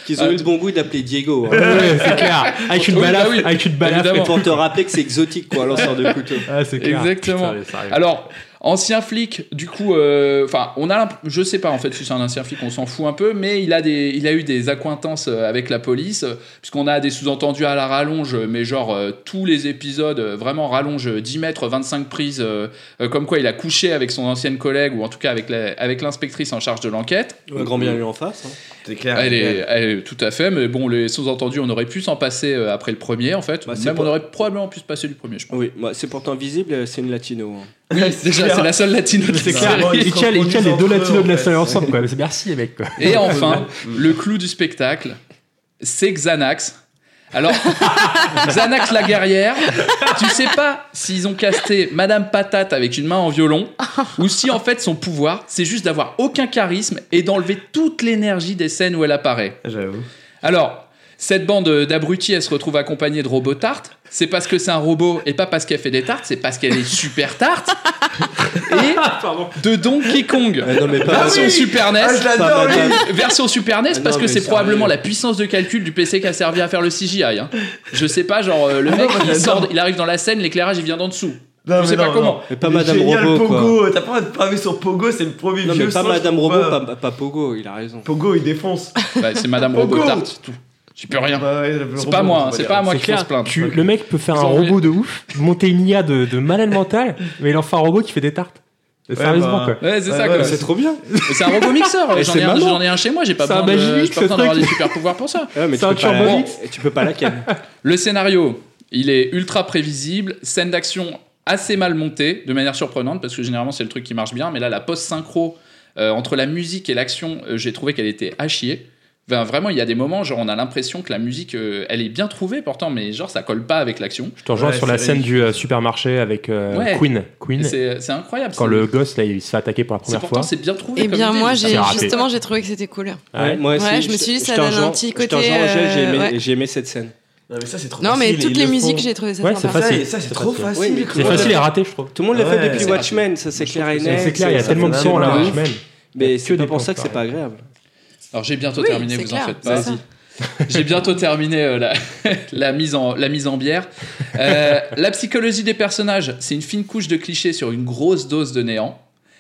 Qu'ils ont eu le bon goût d'appeler Diego. hein. Ouais, c'est clair. Avec une Oui, balafre, bah oui, avec une balafre. évidemment. Pour te rappeler que c'est exotique, quoi, un lanceur de couteau. Ah, c'est clair. Exactement. Putain, ça arrive. Alors, ancien flic, du coup, euh, enfin, on a, l'imp- je sais pas en fait si c'est un ancien flic, on s'en fout un peu, mais il a des, il a eu des accointances euh, avec la police, euh, puisqu'on a des sous-entendus à la rallonge, euh, mais genre euh, tous les épisodes euh, vraiment rallonge euh, 10 mètres, 25 prises, euh, euh, comme quoi il a couché avec son ancienne collègue ou en tout cas avec la- avec l'inspectrice en charge de l'enquête. Un grand bien lui en face. hein. C'est clair. Elle est, elle est- tout à fait, mais bon, les sous-entendus, on aurait pu s'en passer euh, après le premier, en fait. Bah, c'est Même, pas- on aurait probablement pu se passer du premier, je pense. Oui, bah, c'est pourtant visible, euh, c'est une latino. hein. Oui, déjà, clair. c'est la seule latino de C'est la clair. série. ils Il se cale, il cale les reproduisent deux entre eux, latinos de la en fait. série ensemble, quoi. C'est- Merci, les mecs, quoi. Et enfin, le clou du spectacle, c'est Xanax. Alors, Xanax la guerrière, tu sais pas s'ils ont casté Madame Patate avec une main en violon ou si en fait son pouvoir, c'est juste d'avoir aucun charisme et d'enlever toute l'énergie des scènes où elle apparaît. J'avoue. Alors, cette bande d'abrutis, elle se retrouve accompagnée de robots tartes. C'est parce que c'est un robot et pas parce qu'elle fait des tartes, c'est parce qu'elle est super tarte. Et de Donkey Kong. Ah, non, mais pas version oui Super NES. Ah, je l'adore, Pas lui. madame. Version Super NES Ah parce non, que mais c'est sérieux. probablement la puissance de calcul du PC qui a servi à faire le CGI. hein. Je sais pas, genre euh, le mec moi, il, j'adore. sort, il arrive dans la scène, l'éclairage il vient d'en dessous. Non, Je mais sais pas non, comment. non. Mais pas Il est Madame génial, Robot, quoi. Pogo. T'as pas pavé sur Pogo, c'est le premier Non, vieux. mais pas singe, Madame je Robot, crois. pas, pas Pogo, il a raison. Pogo, il défonce. Bah, c'est Madame Pogo. Robotart, c'est tout. Tu peux rien. Bah ouais, le C'est robot, pas on moi, hein, va c'est dire. pas à moi C'est qu'il faut clair. se plaindre. Tu- le mec peut faire Ils un ont robot de ouf, monter une IA de, de malade mental, mais il en fait un robot qui fait des tartes. Sérieusement, bah, quoi. Ouais, c'est Ouais, ça, ouais, quoi. mais C'est trop bien. Mais C'est un robot mixeur. Et J'en c'est ai, un- maman. j'en ai un chez moi. J'ai pas C'est un besoin, de- Magimix, j'ai pas ce besoin d'avoir des truc. super pouvoirs pour ça. Ouais, mais C'est un tu, peux pas la... Turbomix. tu peux pas la ken. Le scénario, il est ultra prévisible. Scène d'action assez mal montée, de manière surprenante, parce que généralement c'est le truc qui marche bien. Mais là, la post-synchro euh, entre la musique et l'action, euh, j'ai trouvé qu'elle était à chier. Ben, vraiment, il y a des moments, genre, on a l'impression que la musique, euh, elle est bien trouvée pourtant, mais genre, ça colle pas avec l'action. Je te rejoins Ouais, sur la c'est scène du euh, supermarché avec euh, Ouais. Queen. Queen. C'est c'est incroyable. Quand c'est- le gosse, là, il se fait attaquer pour la c'est première pourtant, fois. c'est bien trouvé. Eh comme bien, idée, moi, mais ça j'ai- marche pas. raté. justement, j'ai trouvé que c'était cool. Ah ouais. moi Ouais, je me suis dit, ça te donne un rejoins- petit je te côté, rejoins, Angèle, j'ai aimé- euh, ouais. j'ai aimé cette scène. Non, mais ça, c'est trop Non, mais facile, ils toutes le les font. musiques, j'ai trouvé ça Ouais, c'est sympa. Ça, facile. ça, c'est C'est trop facile. facile. Oui, mais C'est quoi. facile à rater, je trouve. Tout le monde l'a Ouais. fait depuis C'est Watchmen, ça c'est clair et net. C'est clair, il y a ça tellement de fait sang mal là. de ouf. Watchmen. Mais c'est que pas des pour plans ça que c'est pareils. pas agréable. Alors j'ai bientôt Oui, terminé, c'est vous en clair, faites pas. c'est ça. J'ai bientôt terminé euh, la, la mise en, la mise en bière. Euh, la psychologie des personnages, c'est une fine couche de clichés sur une grosse dose de néant.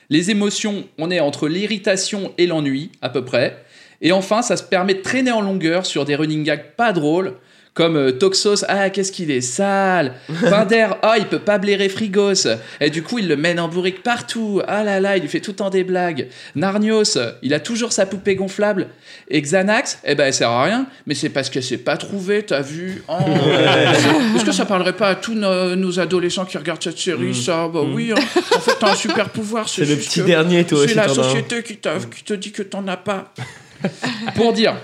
Les émotions, on est entre l'irritation et l'ennui, à peu près. Et enfin, ça se permet de traîner en longueur sur des running gags pas drôles, comme euh, Toxos, ah qu'est-ce qu'il est sale Pinder, ah il peut pas blairer Frigos Et du coup, il le mène en bourrique partout Ah là là, il lui fait tout le temps des blagues Narnios, il a toujours sa poupée gonflable et Xanax, eh ben, elle sert à rien, mais c'est parce que c'est pas trouvé, t'as vu Oh. Est-ce que ça parlerait pas à tous nos, nos adolescents qui regardent cette série, ça Bah oui, en en fait, t'as un super pouvoir, Mm. C'est le juste petit que dernier, toi aussi. C'est la t'en as un. société qui, t'a- qui te dit que t'en as pas. Pour dire,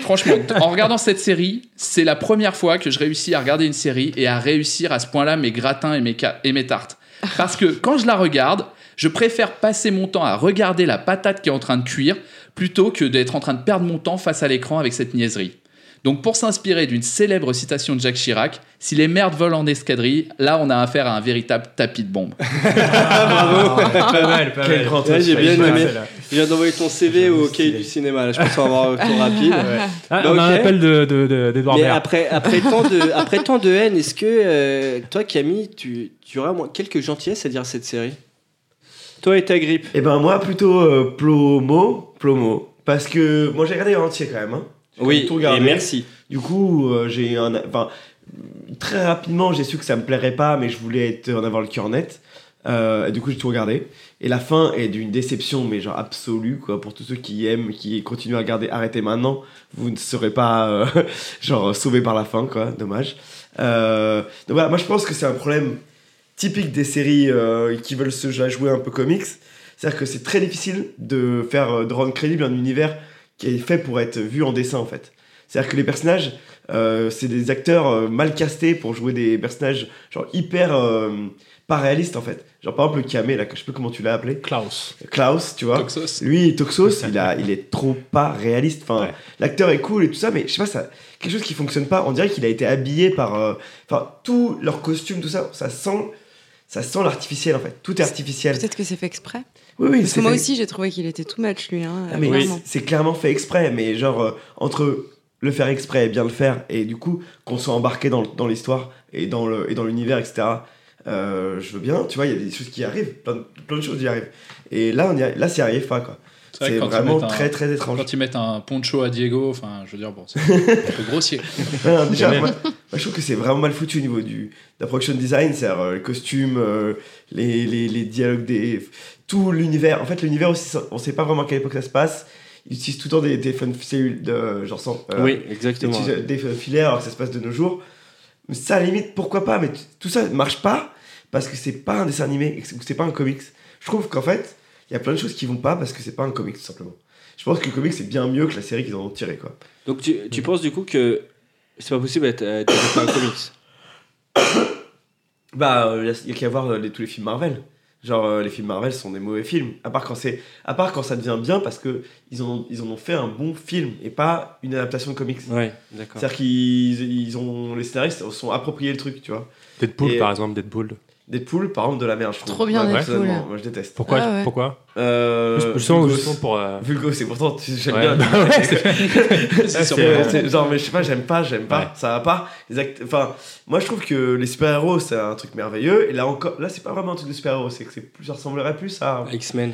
franchement, en regardant cette série, c'est la première fois que je réussis à regarder une série et à réussir à ce point-là mes gratins et mes, ca- et mes tartes. Parce que quand je la regarde, je préfère passer mon temps à regarder la patate qui est en train de cuire plutôt que d'être en train de perdre mon temps face à l'écran avec cette niaiserie. Donc pour s'inspirer d'une célèbre citation de Jacques Chirac, si les merdes volent en escadrille, là on a affaire à un véritable tapis de bombe. Ah, Pas mal, pas Quel grand Ouais, j'ai effet. bien Ouais, aimé. c'est là. ah. Je viens d'envoyer ton CV au cahier du cinéma, là. je pense qu'on va avoir un retour rapide. Bah, Ah, on a un ok. appel d'Edouard de, de, d'Edouard Mais Baird. après, après, tant de, après tant de haine, est-ce que euh, toi Camille, tu, tu auras au moins quelques gentillesses à dire à cette série Toi et ta grippe. Eh ben moi plutôt euh, plomo, plomo, parce que moi j'ai regardé en entier quand même. hein. J'ai quand même Oui, tout et regardé. merci. Du coup, euh, j'ai un, enfin très rapidement j'ai su que ça me plairait pas, mais je voulais être en avoir le cœur net. Euh, et du coup j'ai tout regardé. Et la fin est d'une déception, mais genre absolue quoi. Pour tous ceux qui aiment, qui continuent à regarder, arrêtez maintenant. Vous ne serez pas euh, genre sauvés par la fin quoi. Dommage. Euh, donc voilà, moi je pense que c'est un problème typique des séries euh, qui veulent se la jouer un peu comics. C'est-à-dire que c'est très difficile de faire euh, de rendre crédible un univers qui est fait pour être vu en dessin en fait. C'est-à-dire que les personnages, euh, c'est des acteurs euh, mal castés pour jouer des personnages genre hyper euh, pas réalistes en fait. Genre par exemple le camé là, que je sais plus comment tu l'as appelé. Klaus. Klaus, tu vois. Lui, Toxos, il, a, il est trop pas réaliste. Enfin, l'acteur est cool et tout ça, mais je sais pas ça, quelque chose qui fonctionne pas. On dirait qu'il a été habillé par, euh, enfin, tout leur costume, tout ça, ça sent, ça sent l'artificiel en fait. Tout est artificiel. Peut-être que c'est fait exprès. Oui, oui, Parce c'est que moi fait- aussi, j'ai trouvé qu'il était tout match, lui. Hein, Ah, mais vraiment. c'est- c'est clairement fait exprès, mais genre euh, entre le faire exprès et bien le faire, et du coup qu'on soit embarqué dans, dans l'histoire et dans le et dans l'univers, etc. euh, je veux bien, tu vois, il y a des choses qui arrivent, plein de, plein de choses qui arrivent. Et là, on y a- là, ça arrive pas quoi. vrai C'est que quand ils vraiment mettent un- très très étrange. Quand ils mettent un poncho à Diego, enfin, je veux dire, bon, c'est un peu grossier. Ouais, non, déjà, Mais- moi, moi, je trouve que c'est vraiment mal foutu au niveau du, de la production design, c'est-à-dire euh, les costumes, euh, les, les, les dialogues, des, tout l'univers. En fait, l'univers aussi, ça- on sait pas vraiment à quelle époque ça se passe. Ils utilisent tout le temps des, des fun cellules de genre sans- Oui, exactement. Ils utilisent Des, fun filaires alors que ça se passe de nos jours. Mais ça, à la limite, pourquoi pas Mais t- tout ça ne marche pas parce que c'est pas un dessin animé et que c'est- ou que c'est pas un comics. Je trouve qu'en fait, il y a plein de choses qui vont pas parce que c'est pas un comics, tout simplement. Je pense que le comics, c'est bien mieux que la série qu'ils en ont tirée, quoi. Donc tu, tu penses du coup que c'est pas possible d'être euh, développé un comics Bah, il y a qu'à voir euh, les- tous les films Marvel. Genre, euh, les films Marvel sont des mauvais films. À part quand, c'est, à part quand ça devient bien parce que ils en, ont- ils en ont fait un bon film et pas une adaptation de comics. Ouais, d'accord. C'est-à-dire qu'ils ils ont, les scénaristes se sont appropriés le truc, tu vois. Deadpool, Et- par exemple, Deadpool. Deadpool, par exemple, de la merde, je trouve. Trop bien, Moi, Deadpool. personnellement, Moi, je déteste. Pourquoi- Ah ouais. pourquoi euh, Je- je sens- Vulgo, je sens pour, euh, Vulgo, c'est pourtant, tu- j'aime Ouais. bien. Bah ouais, c'est- C'est- c'est sur- c'est- c'est- genre, mais je sais pas, j'aime pas, j'aime pas, ça va pas. Les act- Enfin, moi, je trouve que les super-héros, c'est un truc merveilleux. Et là, encore, là, c'est pas vraiment un truc de super-héros, c'est que c'est plus, ça ressemblerait plus à. X-Men.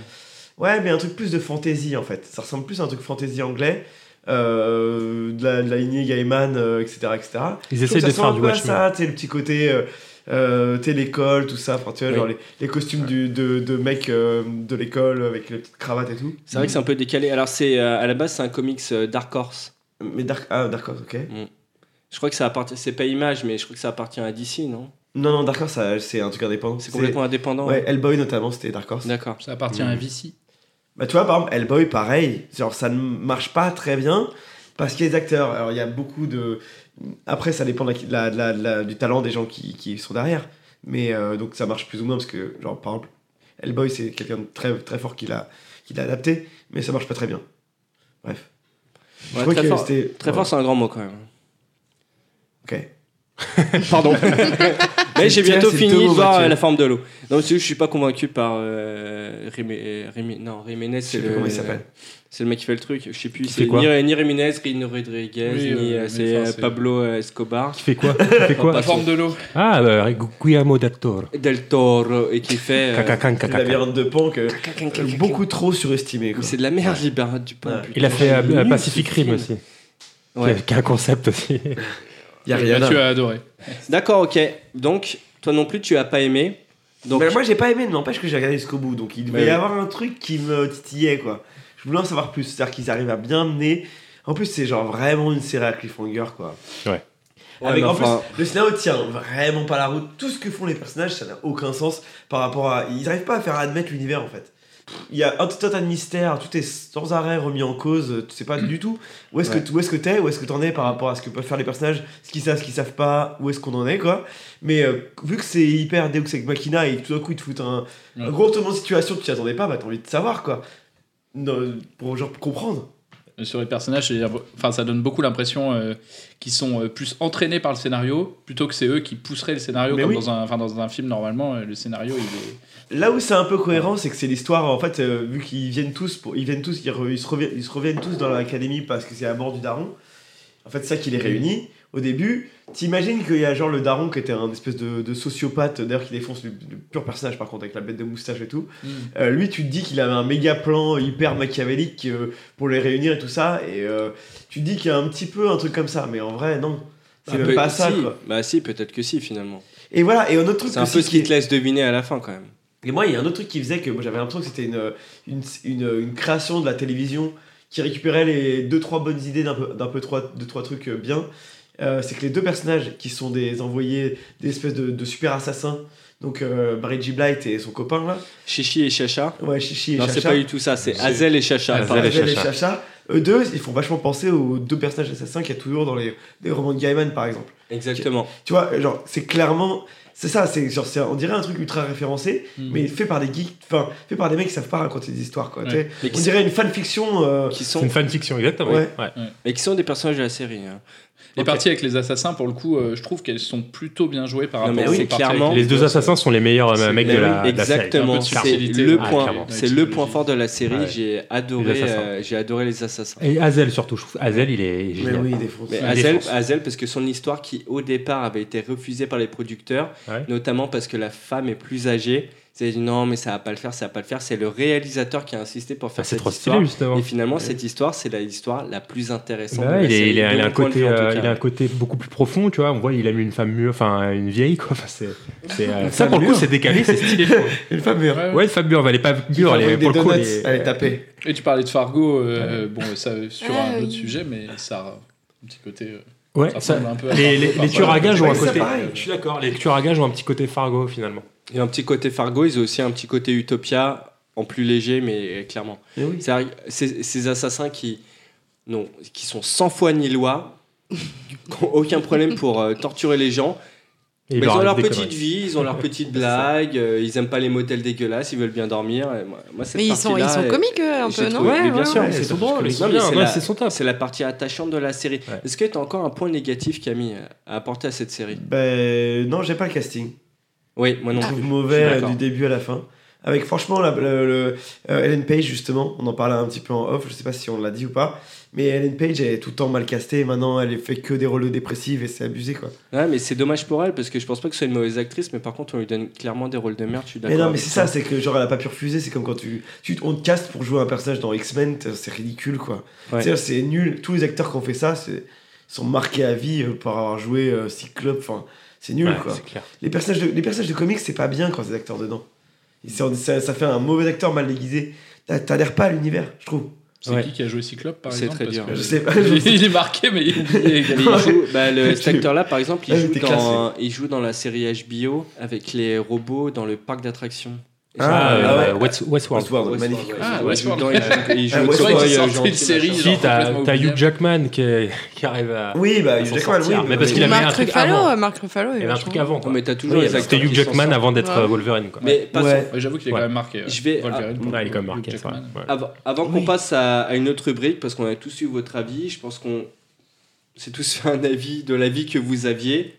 Ouais, mais un truc plus de fantasy en fait. Ça ressemble plus à un truc fantasy anglais, euh, de, la, de la lignée Gaiman, euh, etc., etc. Ils Je essayent trouve que de ça faire ressemble du un peu à Watchmen. Ça, tu sais, le petit côté, euh, euh, tu sais, l'école, tout ça. Enfin, tu vois, Oui. genre les, les costumes du, de, de mecs euh, de l'école avec les petites cravates et tout. C'est vrai que c'est un peu décalé. Alors c'est euh, à la base c'est un comics euh, Dark Horse. Mais Dark, ah, Dark Horse, ok. Je crois que ça appartient, c'est pas Image, mais je crois que ça appartient à DC, non Non, non, Dark Horse, ça- c'est un truc indépendant. C'est complètement indépendant, ouais. Ouais, Hellboy notamment, c'était Dark Horse. D'accord. Ça appartient à VC. Bah, tu vois, par exemple, Hellboy, pareil. Genre, ça ne marche pas très bien parce qu'il y a des acteurs. Alors, il y a beaucoup de. Après, ça dépend de la- de la- de la- de la- du talent des gens qui, qui sont derrière. Mais euh, donc, ça marche plus ou moins parce que, genre, par exemple, Hellboy, c'est quelqu'un de très, très fort qui l'a qui l'a adapté, mais ça marche pas très bien. Bref. Je Ouais, trouvais très que fort, c'était- très fort, c'est un grand mot quand même. Ok. Pardon. mais j'ai Tiens, bientôt Ah, c'est fini Thomas de voir Mathieu. euh, la forme de l'eau. Non, parce que je suis pas convaincu par euh, Rémi- euh, Rémi- non, Réménez, c'est sais plus le comment il s'appelle. C'est le mec qui fait le truc. Je sais plus. Qui C'est fait quoi ni, ni Réménez, ni Rodriguez, Oui, ni euh, euh, mais c'est enfin, euh, c'est- Pablo euh, Escobar. Qui fait quoi Qui fait quoi La forme de l'eau. Ah, bah, Guillermo del Toro. Del Toro et qui fait euh, Caca, caca, caca. labyrinthe de Pan que beaucoup trop surestimé. quoi. C'est de la merde, Libérat du Ouais. pain. Il a fait euh, Nul, Pacific ce Rim film. aussi. Ouais. Qui, a, qui a un concept aussi. Y a rien. Mathieu a adoré. D'accord, ok. Donc, toi non plus, tu as pas aimé. Donc, Mais moi, j'ai pas aimé, mais n'empêche que j'ai regardé jusqu'au bout. Donc, il devait Ouais, y ouais. avoir un truc qui me titillait, quoi. Je voulais en savoir plus. C'est-à-dire qu'ils arrivent à bien mener. En plus, c'est genre vraiment une série à cliffhanger, quoi. Ouais. Avec, mais en enfin- plus, le scénario tient vraiment pas la route. Tout ce que font les personnages, ça n'a aucun sens par rapport à. Ils n'arrivent pas à faire admettre l'univers, en fait. Il y a un tout un tas de mystères, tout est sans arrêt remis en cause, tu sais pas du tout où est-ce Ouais. que où est-ce que t'es, où est-ce que t'en es par rapport à ce que peuvent faire les personnages, ce qu'ils savent, ce qu'ils savent pas, où est-ce qu'on en est quoi. Mais euh, vu que c'est hyper Deus Ex Machina et que tout d'un coup ils te foutent un, un gros retournement de situation que tu t'y attendais pas, bah t'as envie de savoir quoi. Non, pour genre pour comprendre. Sur les personnages, c'est-à-dire, enfin, ça donne beaucoup l'impression euh, qu'ils sont euh, plus entraînés par le scénario plutôt que c'est eux qui pousseraient le scénario Mais comme oui. dans, un, enfin, dans un film normalement. euh, Le scénario, il est. Là où c'est un peu cohérent, c'est que c'est l'histoire en fait euh, vu qu'ils viennent tous pour ils viennent tous ils, re- ils se reviennent, ils se reviennent tous dans l'académie parce que c'est la mort du daron. En fait, c'est ça qui les réunit. Au début, t'imagines qu'il y a genre le daron qui était un espèce de, de sociopathe, d'ailleurs qui défonce le, le pur personnage par contre avec la bête de moustache et tout. Hmm. Euh, lui, tu te dis qu'il avait un méga plan hyper machiavélique euh, pour les réunir et tout ça, et euh, tu te dis qu'il y a un petit peu un truc comme ça, mais en vrai, non. C'est un même peu- pas ça, si. quoi. Bah, si, peut-être que si, finalement. Et voilà, et un autre truc C'est un aussi peu ce qui qui est- te laisse deviner à la fin, quand même. Et moi, il y a un autre truc qui faisait que moi j'avais l'impression que c'était une, une, une, une création de la télévision qui récupérait les deux trois bonnes idées d'un peu, d'un peu trois, deux, trois trucs euh, bien. Euh, c'est que les deux personnages qui sont des envoyés, des espèces de, de super assassins, donc euh, Barry G. Blight et son copain là, Chichi et Chacha. Ouais, Chichi et non, Chacha. c'est pas du tout ça, c'est Hazel et Chacha. Hazel pardon. et Chacha. eux deux, ils font vachement penser aux deux personnages assassins qu'il y a toujours dans les, les romans de Gaiman, par exemple. Exactement. Tu vois, genre, c'est clairement. C'est ça, c'est genre, c'est- on dirait un truc ultra référencé, Mhm. mais fait par des geeks, enfin, fait par des mecs qui savent pas raconter des histoires, quoi. Ouais. tu sais. Mais qui On sont- dirait une fanfiction. euh, Qui sont... C'est une fanfiction, exactement. Ouais. Ouais. Et qui sont des personnages de la série. hein. Les parties avec les assassins, pour le coup, euh, je trouve qu'elles sont plutôt bien jouées par Non, rapport mais aux oui, parties avec clairement. Les deux assassins sont les meilleurs euh, mecs de la, de la série. Exactement, c'est Clairement. le Ah, point, clairement. c'est le point fort de la série. Ouais. J'ai Les adoré, assassins. euh, j'ai adoré les assassins. Et Hazel surtout, je trouve. Hazel, il est. génial. Mais Il Hazel, défonce. Hazel, parce que son histoire qui au départ avait été refusée par les producteurs, Ouais. notamment parce que la femme est plus âgée. C'est dit non mais ça va pas le faire, ça va pas le faire. C'est le réalisateur qui a insisté pour faire Ah, c'est cette trop stylé, histoire. justement. Et finalement Ouais. cette histoire c'est la histoire la plus intéressante. Bah ouais, de la il, est, série, il, a, de il a mon un point de côté, vue, en tout euh, cas. il a un côté beaucoup plus profond, tu vois. On voit, il a mis une femme mûre, enfin une vieille, quoi. Enfin, c'est, c'est, euh, Une ça, femme pour le coup, mûre. c'est décalé, c'est stylé. je trouve. Une femme mûre. Ouais, une femme mûre, elle est pas mûre, elle est fabrique pour des le coup. donuts, elle est- elle est tapée. Et tu parlais de Fargo, euh, bon, ça, sur Ah, un oui. autre sujet, mais ça a un petit côté. euh, Ouais, ça- ressemble un peu à les, Fargo les, les parfois. tueurs à gages ont un côté. pareil. Je suis d'accord, les tueurs à gages ont un petit côté Fargo finalement. Il y a un petit côté Fargo, ils ont aussi un petit côté Utopia, en plus léger, mais euh, clairement. Eh oui. C'est-à-dire, Ces, ces assassins qui, non, qui sont sans foi ni loi, qui n'ont aucun problème pour euh, torturer les gens. Et il mais ils leur ont leur arrive des petite conneries. vie, ils ont leurs petites C'est ça. blagues, euh, ils aiment pas les motels dégueulasses, ils veulent bien dormir. et moi, moi, cette Mais ils sont, ils partie-là, sont euh, comiques, euh, un j'ai peu, non trouvé- mais bien sûr, ouais, c'est ils sont tout drôles, comique. ils sont Non, mais bien, c'est ouais, la- c'est son top. C'est la partie attachante de la série. Est-ce que tu as encore un point négatif, Camille, à apporter à cette série Ben non, j'ai pas le casting. Oui, moi non Ah. Je trouve plus. mauvais Je suis euh, d'accord. du début à la fin. Avec franchement, la, le- le- euh, Ellen Page, justement, on en parlait un petit peu en off, je sais pas si on l'a dit ou pas, mais Ellen Page, elle est tout le temps mal castée, et maintenant elle fait que des rôles dépressifs et c'est abusé quoi. Ouais, mais c'est dommage pour elle parce que je pense pas que ce soit une mauvaise actrice, mais par contre, on lui donne clairement des rôles de merde. Je suis Mais d'accord. non, mais avec c'est toi. ça, c'est que genre elle a pas pu refuser, c'est comme quand tu, tu- on te caste pour jouer un personnage dans X-Men, t'es- c'est ridicule quoi. Ouais. C'est-à-dire, C'est nul, tous les acteurs qui ont fait ça, c'est sont marqués à vie euh, par avoir joué euh, Cyclope, enfin, c'est nul Ouais, quoi. c'est clair. Les personnages, de, les personnages de comics, c'est pas bien quand c'est des acteurs dedans. Et c'est- ça, ça fait un mauvais acteur mal déguisé. T'as- T'adhères pas à l'univers, je trouve. C'est qui qui a joué Cyclope, par C'est exemple très parce dur. que- Je sais pas. il est marqué, mais il il est Mais également. il joue- bah, le, cet acteur-là, par exemple, il Ah, joue, j'étais dans, il joue dans la série HBO avec les robots dans le parc d'attractions. Ah, Ah, euh, ouais. West- Westworld. Westworld, Westworld, magnifique. ouais. Ah, Il joue Westworld. dedans, il joue- il joue Ah, le C'est vrai Westworld, cowboy, qu'ils euh, sortaient une gentil, série. machin. genre, Si, t'as complètement t'as oubliable. Hugh Jackman qui, est- qui arrive à. Oui, bah, à Hugh s'en Jackman, sortir. oui, Mais parce mais- qu'il avait un Marc truc Ruffalo, avant. euh, Marc Ruffalo, Il est avait un vachement truc avant Non, quoi. mais t'as toujours Oui, les C'était acteurs qui Hugh s'en Jackman sortent. avant d'être Ouais. euh, Wolverine quoi. Mais passons. Ouais. Ouais, J'avoue qu'il est quand Ouais. même marqué. ouais. Je vais- Wolverine, pour Ouais, il est quand même le coup, marqué. c'est vrai. Jackman. Ouais. Avant, avant qu'on passe à, à une autre rubrique, parce qu'on a tous eu votre avis, je pense qu'on s'est tous fait un avis de l'avis que vous aviez.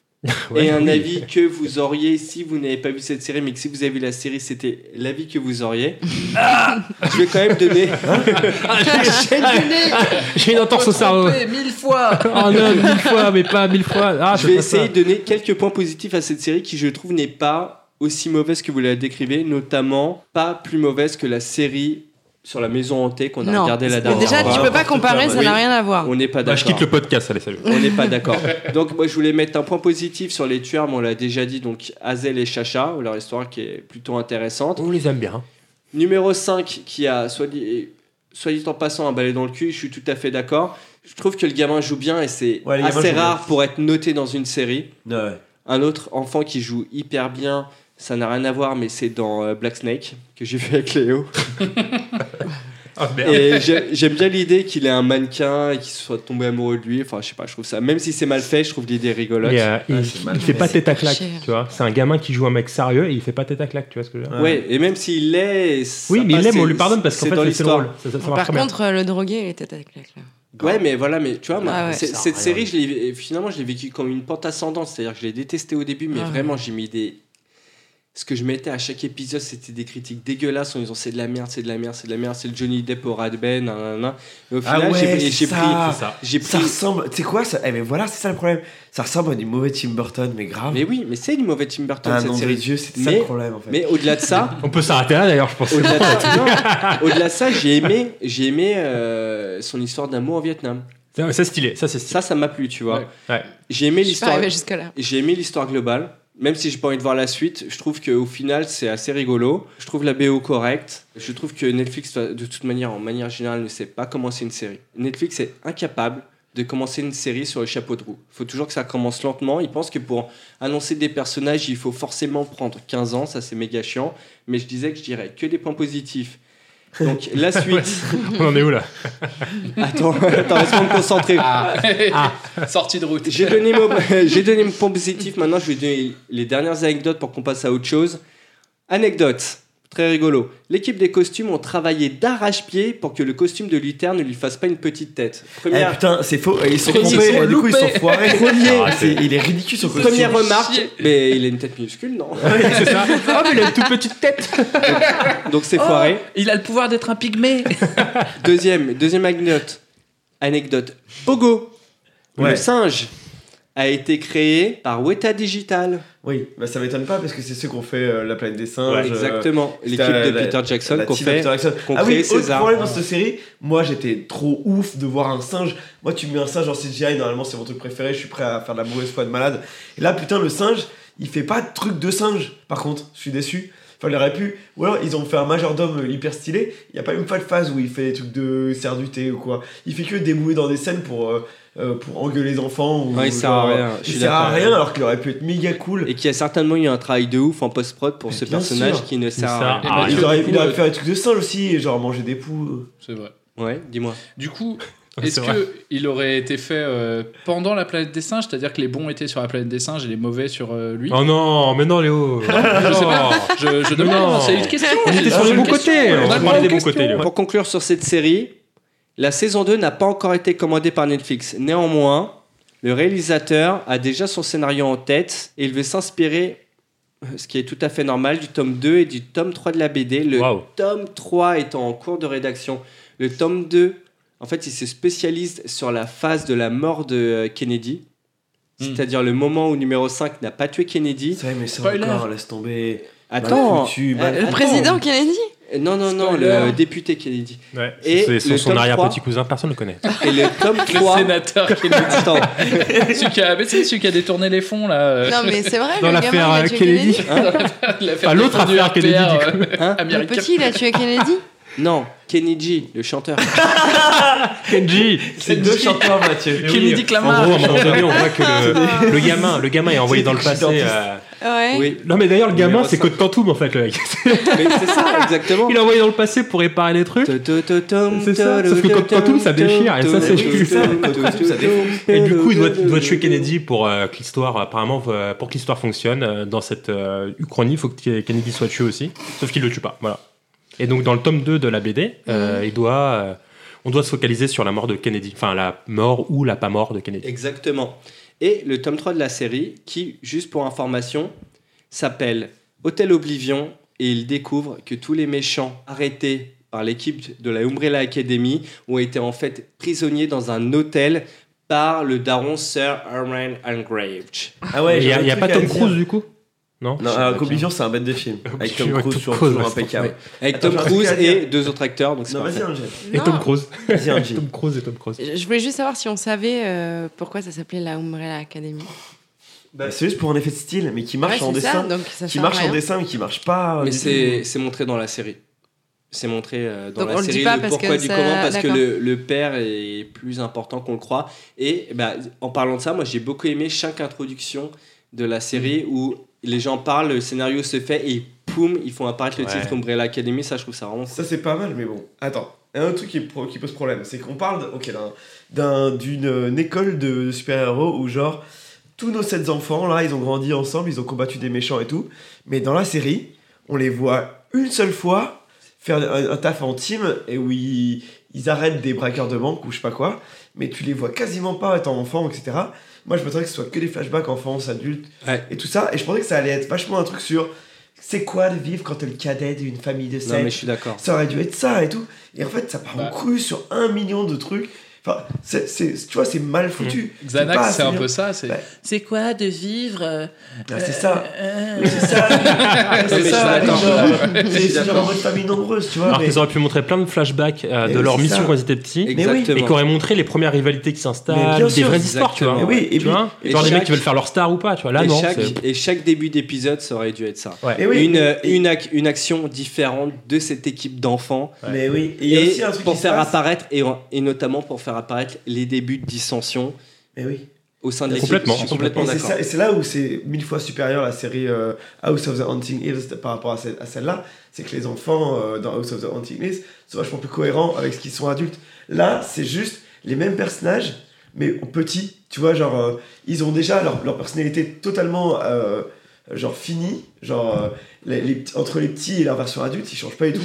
Ouais, et un oui. avis que vous auriez si vous n'avez pas vu cette série, mais que si vous avez vu la série, c'était l'avis que vous auriez. Ah je vais quand même donner. J'ai une entorse au cerveau. Trompé mille fois Oh non, mille fois, mais pas mille fois. Ah, je c'est vais pas ça. essayer de donner quelques points positifs à cette série qui, je trouve, n'est pas aussi mauvaise que vous la décrivez, notamment pas plus mauvaise que la série sur la maison hantée qu'on a Non. regardée la Mais dernière déjà, fois. tu peux pas comparer, ça Oui. n'a rien à voir. On n'est pas Bah, je d'accord. quitte le podcast, allez, salut. On n'est pas d'accord. Donc moi je voulais mettre un point positif sur les tueurs, mais on l'a déjà dit, donc Hazel et Chacha, leur histoire qui est plutôt intéressante. On les aime bien. Numéro 5 qui a, soit dit, soit dit en passant, un balai dans le cul, je suis tout à fait d'accord. Je trouve que le gamin joue bien et c'est Ouais, les gamins assez jouent rare bien. pour être noté dans une série. Ouais. Un autre enfant qui joue hyper bien, ça n'a rien à voir, mais c'est dans euh, Black Snake que j'ai fait avec Léo. Ah Et j'ai- j'aime bien l'idée qu'il ait un mannequin et qu'il soit tombé amoureux de lui. Enfin, je sais pas, je trouve ça. Même si c'est mal fait, je trouve l'idée rigolote. Et, euh, il, c'est mal il fait pas tête à claque, cher. tu vois. C'est un gamin qui joue un mec sérieux et il fait pas tête à claque, tu vois ce que je veux dire. Ouais, et même s'il l'est. ça Oui, mais il passe, l'aime, on c'est- lui pardonne parce qu'en dans fait, c'est le l'histoire. rôle. Ça, ça, ça marche Par très bien. contre, euh, le drogué, il était avec la clé. Ouais, mais voilà, mais tu vois, moi, Ah ouais. c'est- Ça cette rend série, je l'ai- finalement, je l'ai vécue comme une pente ascendante. C'est-à-dire que je l'ai détestée au début, mais Ah ouais. vraiment, j'ai mis des. Ce que je mettais à chaque épisode, c'était des critiques dégueulasses en disant c'est de la merde, c'est de la merde, c'est de la merde, c'est le Johnny Depp au Rad Ben, nanana. Et au final, Ah ouais, j'ai- j'ai c'est pris. ça. C'est ça. J'ai Ça pris. ressemble, tu sais quoi, ça, eh, mais voilà, c'est ça le problème. Ça ressemble à du mauvais Tim Burton, mais grave. Mais oui, mais c'est du mauvais Tim Burton, ah, cette nom de série. Dieu, c'était ça Mais- le problème en fait. Mais au-delà de ça, On peut s'arrêter là d'ailleurs, je pense. Au-delà de ça, non. Au-delà de ça, j'ai aimé, j'ai aimé euh, son histoire d'amour au Vietnam. Ça, c'est stylé, ça c'est stylé. Ça, ça m'a plu, tu vois. Ouais. Ouais. J'ai aimé Je suis pas l'histoire. arrivée jusque-là. J'ai aimé l'histoire globale. Même si j'ai pas envie de voir la suite, je trouve qu'au final c'est assez rigolo. Je trouve la BO correcte. Je trouve que Netflix, de toute manière, en manière générale, ne sait pas commencer une série. Netflix est incapable de commencer une série sur le chapeau de roue. Il faut toujours que ça commence lentement. Ils pensent que pour annoncer des personnages, il faut forcément prendre 15 ans. Ça, c'est méga chiant. Mais je disais que je dirais que des points positifs. Donc la suite. On en est où là Attends, attends, laisse-moi me concentrer. Ah. Sortie de route. J'ai donné, mon, j'ai donné mon point positif, maintenant je vais donner les dernières anecdotes pour qu'on passe à autre chose. Anecdote, très rigolo. L'équipe des costumes ont travaillé d'arrache-pied pour que le costume de Luther ne lui fasse pas une petite tête. Eh putain, c'est faux, ils sont Ils sont trompés, et du coup ils sont loupés. foirés. Ah, Premier- C'est- il est ridicule sur costume. Première remarque, mais il a une tête minuscule, non c'est ça. Ah, mais il a une toute petite tête Donc c'est foiré. Oh, Il a le pouvoir d'être un pygmée. Deuxième, deuxième anecdote. Anecdote. Pogo, Ouais. le singe, a été créé par Weta Digital. Oui, bah ça m'étonne pas parce que c'est ceux qu'on fait euh, la planète des singes. Ouais, exactement. L'équipe de Peter Jackson la qu'on team fait, Peter Jackson. qu'on ah crée oui, autre César. problème dans cette série, moi j'étais trop ouf de voir un singe. Moi tu me mets un singe en CGI, normalement c'est mon truc préféré, je suis prêt à faire de la mauvaise foi de malade. Et là putain le singe, il fait pas de truc de singe. Par contre, je suis déçu. Enfin, il aurait pu. Ou alors, ils ont fait un majordome hyper stylé. Il n'y a pas une seule phase où il fait des trucs de serre du thé ou quoi. Il fait que débouler dans des scènes pour, euh, euh, pour engueuler les enfants. Ou, Ouais, il sert à genre, rien, je Il suis sert à d'accord. rien alors qu'il aurait pu être méga cool. Et qui a certainement eu un travail de ouf en post-prod pour ce bien personnage sûr. qui ne sert sert à à rien. rien. il Mathieu, aurait, du il coup, aurait euh, pu faire des trucs de singe aussi, genre manger des poux. C'est vrai. Ouais, dis-moi. Du coup, est-ce C'est vrai. qu'il aurait été fait euh, pendant la planète des singes C'est-à-dire que les bons étaient sur la planète des singes et les mauvais sur euh, lui Oh non, mais non, Léo. Je sais pas. Non. Je, je Non. demande. C'est une question. On était sur les bons côtés. On On a a demandé parlé des des bons côtés, Léo. Pour conclure sur cette série, la saison 2 n'a pas encore été commandée par Netflix. Néanmoins, le réalisateur a déjà son scénario en tête et il veut s'inspirer, euh, ce qui est tout à fait normal, du tome 2 et du tome 3 de la BD. Le Waouh. tome 3 étant en cours de rédaction. Le tome 2, en fait, il se spécialise sur la phase de la mort de euh, Kennedy. Hmm. C'est-à-dire le moment où numéro 5 n'a pas tué Kennedy. C'est vrai, mais ça Spoiler. encore, laisse tomber. Attends, foutu, mal euh, Le attends. Euh, président Kennedy Non, non, non, Spoiler. le député Kennedy. Ouais. Et C'est son, le son tome arrière-petit cousin, personne ne le connaît. Et le tome Le 3. sénateur qui Attends, est celui qui a, mais c'est celui qui a détourné les fonds là. euh, Non, mais c'est vrai, Dans le l'affaire gamin, il a euh, tué Kennedy. l'affaire Enfin, des Ah, l'autre fonds du affaire Kennedy, RPR, du euh, hein Le américain. petit, il a tué Kennedy Non, Kennedy, le chanteur. Kenji. C'est deux chanteurs, Mathieu. Kennedy Eh En Clamart. gros, à un moment donné, on voit que le, le gamin, le gamin est envoyé dans le passé. euh, Ouais. Oui, Non, mais d'ailleurs, le gamin, Numéro c'est cinq. Code Quantum en fait, le mec. mais c'est ça, exactement. Il est envoyé dans le passé pour réparer les trucs. C'est C'est ça, sauf que Code Quantum, ça déchire, et ça, c'est juste. Et du coup, il doit, doit tuer Kennedy pour euh, que l'histoire, apparemment, euh, pour que l'histoire fonctionne. euh, dans cette euh, uchronie, il faut que Kennedy soit tué aussi. Sauf qu'il le tue pas. Voilà. Et donc, dans le tome 2 de la BD, Mm-hmm. euh, il doit, euh, on doit se focaliser sur la mort de Kennedy. Enfin, la mort ou la pas mort de Kennedy. Exactement. Et le tome 3 de la série, qui, juste pour information, s'appelle Hôtel Oblivion, et il découvre que tous les méchants arrêtés par l'équipe de la Umbrella Academy ont été en fait prisonniers dans un hôtel par le daron Sir Aaron Engrave. Ah ouais, Il j'ai y a, un il y a truc pas à Tom dire. Cruise, du coup Non Non, alors, Oblivion, c'est un bête de film. Avec Tom Avec Cruise, Tom toujours Cruise, toujours ouais, c'est impeccable. Avec Attends, Tom j'ai un truc Cruise à dire. et deux autres acteurs, donc c'est Non, vas-y, parfait. Angel. Et Non. Tom Cruise. Vas-y, Angel. Tom Cruise et Tom Cruise. Je voulais juste savoir si on savait euh, pourquoi ça s'appelait la Umbrella Academy. Bah, C'est juste pour un effet de style, mais qui marche Ouais, en c'est ça, dessin. donc ça Qui sert à marche en rien. dessin, mais qui marche pas. euh, Mais du c'est c'est montré dans la série. C'est montré euh, dans Donc, la on le dit série pas le parce que pourquoi du ça- comment parce que d'accord. le, le père est plus important qu'on le croit. Et bah, en parlant de ça, moi j'ai beaucoup aimé chaque introduction de la série Mm. où les gens parlent, le scénario se fait et poum, ils font apparaître le Ouais. titre Umbrella Academy. Ça, je trouve ça vraiment. Ça, c'est pas mal, mais bon. Attends. Un autre truc qui, pro- qui pose problème, c'est qu'on parle de- ok, d'un- d'un- d'une euh, une école de, de super-héros où, genre, tous nos sept enfants, là, ils ont grandi ensemble, ils ont combattu des méchants et tout. Mais dans la série, on les voit une seule fois faire un, un taf en team et où ils, ils arrêtent des braqueurs de banque ou je sais pas quoi. Mais tu les vois quasiment pas étant enfant, etc. Moi, je m'attendais que ce soit que des flashbacks enfance, adulte Ouais. et tout ça. Et je pensais que ça allait être vachement un truc sur c'est quoi de vivre quand t'es le cadet d'une famille de Non, sept mais je suis d'accord. ça aurait dû être ça et tout. Et en fait, ça part Bah. en cru sur un million de trucs. Enfin, c'est, c'est- tu vois, c'est Mmh. mal foutu. Xanax, c'est un peu ça. ça. C'est Ouais. C'est quoi de vivre euh, Bah, c'est ça. euh, C'est ça. mais c'est je suis ça. genre, d'accord. C'est Je suis c'est genre d'accord. en mode famille nombreuse, tu vois. Alors Mais, qu'ils auraient pu montrer plein de flashbacks euh, Mais de oui, leur c'est mission ça. quand ils étaient petits. Et qui Exactement. aurait montré les premières rivalités qui Mais s'installent, bien des sûr, vraies histoires, tu vois. Mais oui, et tu puis- vois et Genre des chaque- mecs qui veulent faire leur star ou pas, tu vois. Là, et, non. chaque, c'est- et chaque début d'épisode, ça aurait dû être ça. mais oui, Une, euh, une, ac- une action différente de cette équipe d'enfants mais oui. Et il y a et aussi un truc pour qui se faire passe. apparaître et, et notamment pour faire apparaître les débuts de dissension Mais oui. au sein de l'équipe. Complètement. Je suis complètement Et c'est d'accord. ça- Et c'est là où c'est mille fois supérieur la série euh, House of the Hunting Hills par rapport à, cette- à celle-là. C'est que les enfants euh, dans House of the Hunting Hills sont vachement plus cohérents avec ce qu'ils sont adultes. Là, c'est juste les mêmes personnages, mais en petit. Tu vois, genre, euh, ils ont déjà leur, leur personnalité totalement. euh, genre finie. Genre, euh, les- les petits- entre les petits et leur version adulte, ils changent pas du tout.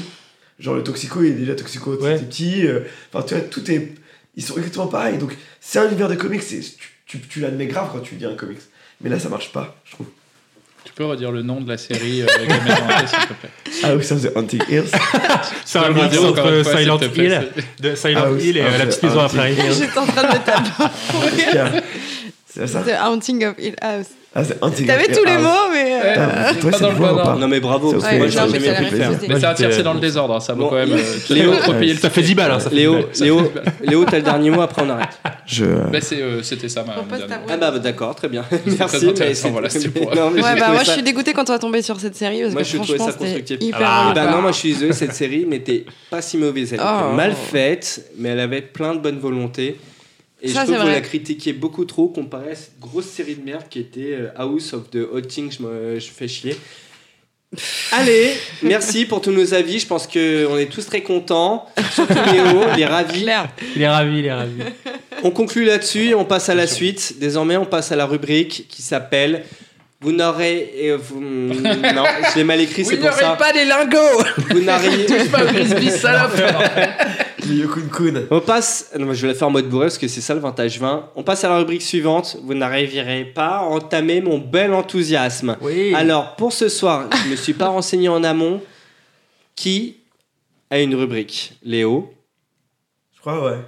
Genre, le toxico, il est déjà toxico quand t'es petit. euh, Enfin, tu vois, tout est. Ils sont exactement pareils. Donc, c'est un univers de comics. c'est- Tu, tu, tu l'admets grave quand tu lis un comics. Mais là, ça marche pas, je trouve. Tu peux redire le nom de la série euh, avec la maison hantée, s'il te plaît Ah oui, ça faisait Hunting Hills. C'est un mix entre Silent Hill, de Ah Silent Hill et euh, la petite maison à prairie. J'étais en train de le taper. C'est ça The Haunting of Hill House. Ah, c'est Hunting T'avais Hill tous les House. mots, mais. euh, Putain, toi, pas c'est dans le bon bon ou pas ordre. Non mais bravo, parce que Ouais, moi j'aurais non, jamais mais c'est la pu le faire. référence. Mais ça tire, c'est dans le désordre, hein, ça vaut Bon. quand même. euh, Léo, faut payer le Ça fait 10 balles, hein, ça fait Léo, 10 balles. Léo, Léo, t'as le dernier mot, après on arrête. Je. Bah, c'est, euh, C'était ça ma. Propose ma ta dernière. Ah bah bah, d'accord, très bien. très Merci. intéressant, voilà, c'était pour- non, mais j'ai Ouais, bah trouvé moi je ça- suis dégoûtée quand on va tomber sur cette série. Parce Moi que je trouvais franchement, ça c'était constructif. Hyper Ah, relou, bah quoi. non, moi je suis désolé, cette série n'était pas si mauvaise. Elle était Oh. mal faite, mais elle avait plein de bonne volonté. Et Ça, je trouve c'est qu'on vrai. la critiquait beaucoup trop comparé à cette grosse série de merde qui était euh, House of the Hotting, je, me- je fais chier. Allez, merci pour tous nos avis. Je pense qu'on est tous très contents. Surtout Léo, il est ravi. Il est ravi, il est ravi. On conclut là-dessus et on passe à la suite. Désormais, on passe à la rubrique qui s'appelle Vous n'aurez. et vous- Non, je l'ai mal écrit, c'est Vous pour ça. n'aurez pas les lingots Vous n'auriez- Pas Grisby, salope Le Yokun Kun. On passe. non, mais je vais la faire en mode bourré parce que c'est ça le vintage 20. On passe à la rubrique suivante. Vous n'arriverez pas à entamer mon bel enthousiasme. Oui. Alors, pour ce soir, je me suis pas renseigné en amont. Qui a une rubrique Léo Je crois, ouais.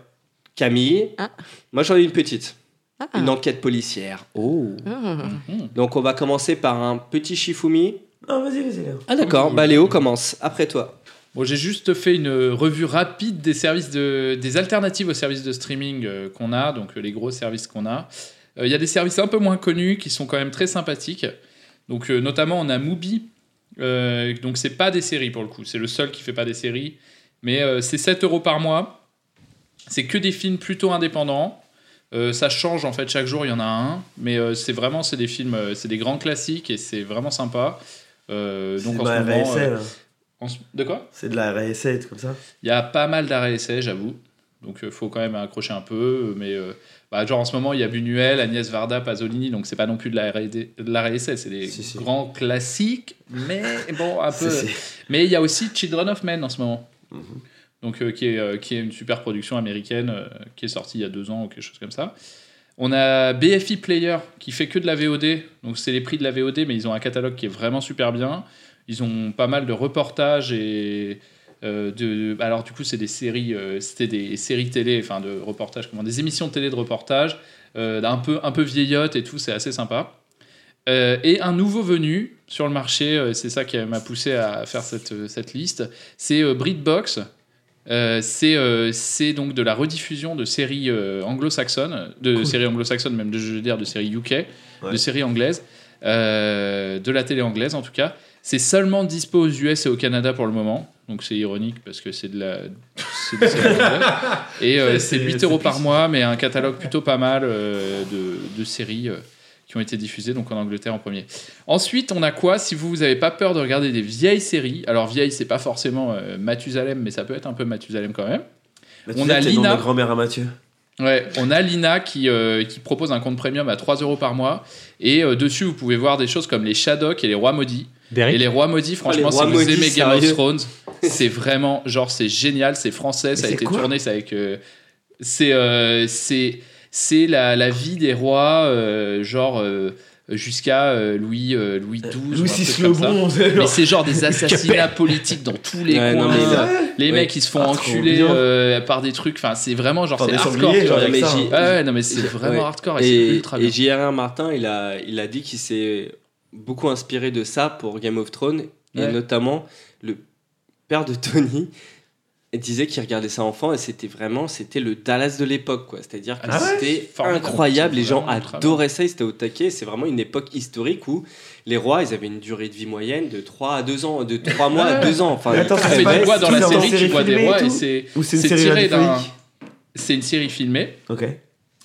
Camille Ah. Moi, j'en ai une petite. Ah. Une enquête policière. Oh. Mmh. Donc, on va commencer par un petit Shifumi. Non, vas-y, vas-y, Léo. Ah, d'accord. Bah, Léo commence. Après toi. Bon, j'ai juste fait une revue rapide des services de, des alternatives aux services de streaming euh, qu'on a, donc euh, les gros services qu'on a. Euh, Il y a des services un peu moins connus qui sont quand même très sympathiques. Donc, euh, notamment, on a Mubi. Euh, donc, c'est pas des séries pour le coup. C'est le seul qui fait pas des séries. Mais euh, c'est 7 euros par mois. C'est que des films plutôt indépendants. Euh, ça change en fait chaque jour, il y en a un. Mais euh, c'est vraiment, c'est des films, euh, c'est des grands classiques et c'est vraiment sympa. Euh, C'est donc, de en ce la moment, RSA, euh, là. en ce- de quoi C'est de la RSA, tout comme ça. il y a pas mal d'arrêts-essais, j'avoue. Donc il faut quand même accrocher un peu. Mais euh, bah, genre en ce moment, il y a Buñuel, Agnès Varda, Pasolini. Donc c'est pas non plus de l'arrêt-essai. C'est des Si, si. grands classiques. Mais bon, un peu. C'est- Mais il y a aussi Children of Men en ce moment. Donc, euh, qui, est, euh, qui est une super production américaine euh, qui est sortie il y a deux ans ou quelque chose comme ça. On a BFI Player qui fait que de la VOD. Donc, c'est les prix de la VOD, mais ils ont un catalogue qui est vraiment super bien. Ils ont pas mal de reportages et. euh, de, alors du coup c'est des séries euh, c'était des séries télé enfin de reportages comment des émissions télé de reportages euh, un peu un peu vieillotte et tout c'est assez sympa euh, et un nouveau venu sur le marché, euh, c'est ça qui m'a poussé à faire cette, euh, cette liste, c'est euh, Britbox. Euh, c'est euh, c'est donc de la rediffusion de séries euh, anglo-saxonnes, de séries anglo-saxonnes, même de, je veux dire de séries UK, de séries anglaises, euh, de la télé anglaise en tout cas. C'est seulement dispo aux US et au Canada pour le moment, donc c'est ironique parce que c'est de la. c'est des séries anglaises. et euh, c'est 8 euros par mois, mais un catalogue plutôt pas mal euh, de, de séries. euh, qui ont été diffusées donc en Angleterre en premier. Ensuite, on a quoi si vous n'avez pas peur de regarder des vieilles séries Alors vieille, c'est pas forcément euh, Mathusalem, mais ça peut être un peu Mathusalem quand même. Mais On tu sais a que c'est le nom de Lina. Ma grand-mère à Mathieu. Ouais, on a Lina qui, euh, qui propose un compte premium à 3 euros par mois et euh, dessus vous pouvez voir des choses comme les Shadok et les Rois maudits. Et Derrick les Rois maudits, franchement, Ah, les Rois si vous maudits, aimez Game of sérieux Thrones, c'est vraiment genre c'est génial, c'est français, ça a c'est été quoi tourné, c'est avec euh, c'est euh, c'est c'est la, la vie des rois euh, genre euh, jusqu'à euh, Louis euh, Louis XII. ou un Louis truc VI le comme ça. Bon, c'est Mais genre- c'est genre des assassinats politiques dans tous les Ouais, non, coins. mais là- les Oui. mecs ils se font Ah, trop enculer bien. euh, par des trucs. Enfin, c'est vraiment genre Par c'est des hardcore. sangliers, tu vois. genre, Mais avec ça, j'ai- hein. Ouais, ouais, non mais c'est Ouais. vraiment hardcore et, c'est Et, ultra et bien. J.R.R. Martin, il a, il a dit qu'il s'est beaucoup inspiré de ça pour Game of Thrones. Et Ouais. notamment, le père de Tony disait qu'il regardait ça enfant et c'était vraiment c'était le Dallas de l'époque. quoi. C'est-à-dire que Ah ouais c'était Formidable. incroyable. Les C'est gens vraiment incroyable. adoraient ça, ils étaient au taquet. C'est vraiment une époque historique où les rois, ils avaient une durée de vie moyenne de 3 à 2 ans, de 3 mois à 2 ans. Enfin, Mais attends, ils On ça fait c'est pas- des voix dans la Ah, bah, c'est une série qui série voient des filmée et rois et tout c'est Ou c'est une c'est série tiré d'un. radiophonique C'est une série filmée. Ok.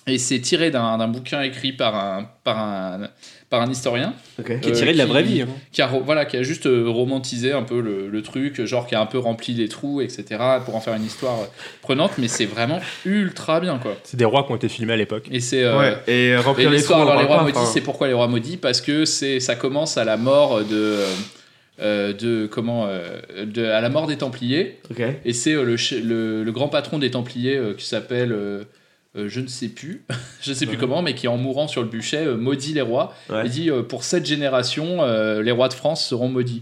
Et c'est tiré d'un d'un bouquin écrit par un, par un, par un historien. Qui est tiré de la vraie vie, hein. Qui a, ro- voilà, qui a juste euh, romantisé un peu le, le truc, genre qui a un peu rempli les trous, etc., pour en faire une histoire euh, prenante, mais c'est vraiment ultra bien, quoi. C'est des rois qui ont été filmés à l'époque. Et c'est. euh, Ouais, et, euh, remplir les l'histoire trous, on dans les en rois parle maudits, pas, enfin. c'est pourquoi les rois maudits Parce que c'est, ça commence à la mort de. euh, euh, de comment euh, de, à la mort des Templiers et c'est euh, le, ch- le, le grand patron des Templiers euh, qui s'appelle euh, euh, je ne sais plus je ne sais plus comment mais qui en mourant sur le bûcher euh, maudit les rois il dit euh, pour cette génération euh, les rois de France seront maudits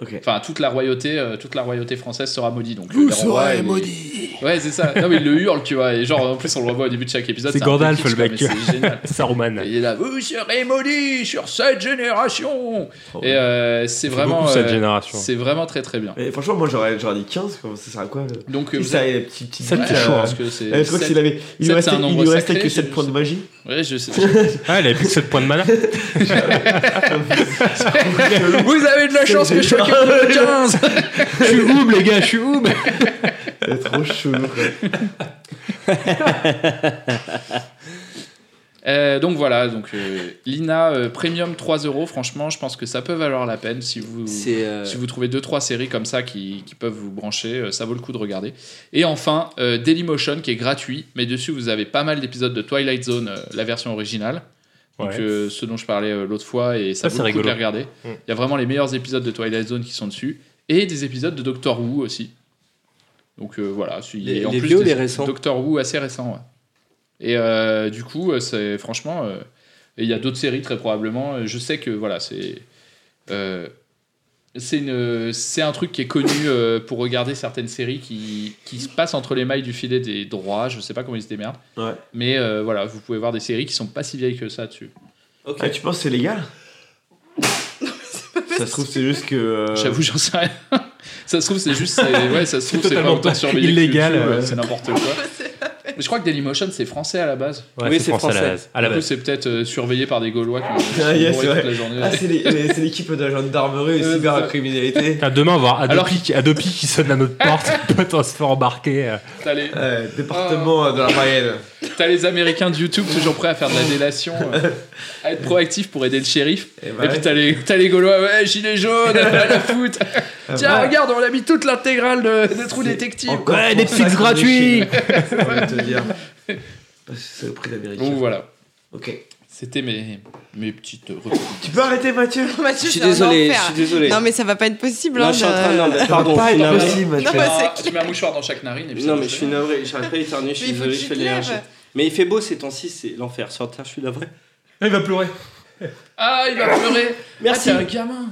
enfin toute la royauté euh, toute la royauté française sera maudite donc Vous les rois serez et les- maudits. ouais c'est ça non mais il le hurle tu vois et genre en plus on le revoit au début de chaque épisode C'est un peu Gandalf kitsch, le quoi, mec. mais c'est génial Saruman. il est là, vous serez maudits sur cette génération. Oh, Et euh, c'est C'est vraiment. beaucoup cette euh, génération. C'est vraiment très très bien. Et franchement, moi j'aurais j'aurais dit 15, quoi. ça sert à quoi le- Donc, euh, Si vous ça avez- avait petit petit Sept, bouc, c'est euh, chaud, parce que c'est- euh, je crois sept- qu'il avait il sept, lui restait c'est un il nombre lui restait sacré, que je- 7 points de magie. Ouais, je sais. Ah, il avait plus que 7 points de mana. Vous avez de la chance que je sois génial. capable de 15 Je suis oub, les gars, je suis oub. C'est trop chelou. Euh, donc voilà, donc euh, Lina euh, Premium 3 euros. Franchement, je pense que ça peut valoir la peine si vous euh, si vous trouvez deux trois séries comme ça qui, qui peuvent vous brancher, euh, ça vaut le coup de regarder. Et enfin euh, Dailymotion qui est gratuit, mais dessus vous avez pas mal d'épisodes de Twilight Zone, euh, la version originale. Donc Ouais. euh, ce dont je parlais euh, l'autre fois et Ça, ça, vaut c'est le coup rigolo. de les regarder. Mm. Il y a vraiment les meilleurs épisodes de Twilight Zone qui sont dessus et des épisodes de Doctor Who aussi. Donc euh, voilà, c'est- Les- et en les plus vieux ou des- les récents Doctor Who assez récent. ouais. Et euh, du coup, euh, c'est franchement, euh, et il y a d'autres séries très probablement. Euh, Je sais que voilà, c'est euh, c'est une c'est un truc qui est connu euh, pour regarder certaines séries qui qui se passent entre les mailles du filet des droits. Je sais pas comment ils se démerdent. Ouais. Mais euh, voilà, vous pouvez voir des séries qui sont pas si vieilles que ça dessus. Ah, tu penses que c'est légal Ça se trouve, c'est juste que. euh, J'avoue, j'en sais rien. ça se trouve, c'est juste. c'est- Ouais, ça se C'est trouve, c'est totalement vraiment pas surveillé que illégal, le cul, ouais. euh, C'est n'importe quoi. Mais je crois que Dailymotion, c'est français à la base. Ouais, Oui, c'est c'est français à la français. base. À la Du coup, base. c'est peut-être euh, surveillé par des Gaulois qui qui Ah, yes, bourrés ouais. toute la journée. Ah, c'est les- les- c'est l'équipe de la gendarmerie Euh, et cybercriminalité. Putain, demain, on va avoir Adopi, Alors- qui, Adopi qui sonne à notre porte. Peut-être on se fait embarquer. euh. T'as les... département de la Mayenne. T'as les Américains de YouTube toujours prêts à faire de la délation, euh, à être proactifs pour aider le shérif. Et, bah puis ouais. t'as les, t'as les Gaulois, ouais, gilet jaune, à la foot. Ah Tiens, bah. regarde, on a mis toute l'intégrale de, de Trou Détective. Encore pour ça qu'on est chez nous. C'est vrai de te dire. Parce que Bah, C'est le prix américain. Donc voilà. Ok. C'était mes, mes petites recommandations. Tu peux arrêter, Mathieu Mathieu, Je suis c'est un désolé, enfer. je suis désolé. Non, mais ça va pas être possible. Non, hein, je suis en de- train- non, mais euh, Ça va pardon, pas je suis être navré. possible, Mathieu. Non, bah, c'est Tu mets un mouchoir dans chaque narine et puis Non, ça mais je marche. suis navré, j'arrive pas à éternuer, je suis Mais il faut désolé, que je tu fais te l'énergie. lèves. Mais il fait beau ces temps-ci, c'est l'enfer. Sur Terre, je suis navré. Il va pleurer. Ah, il va pleurer. Merci. Ah, t'es un gamin.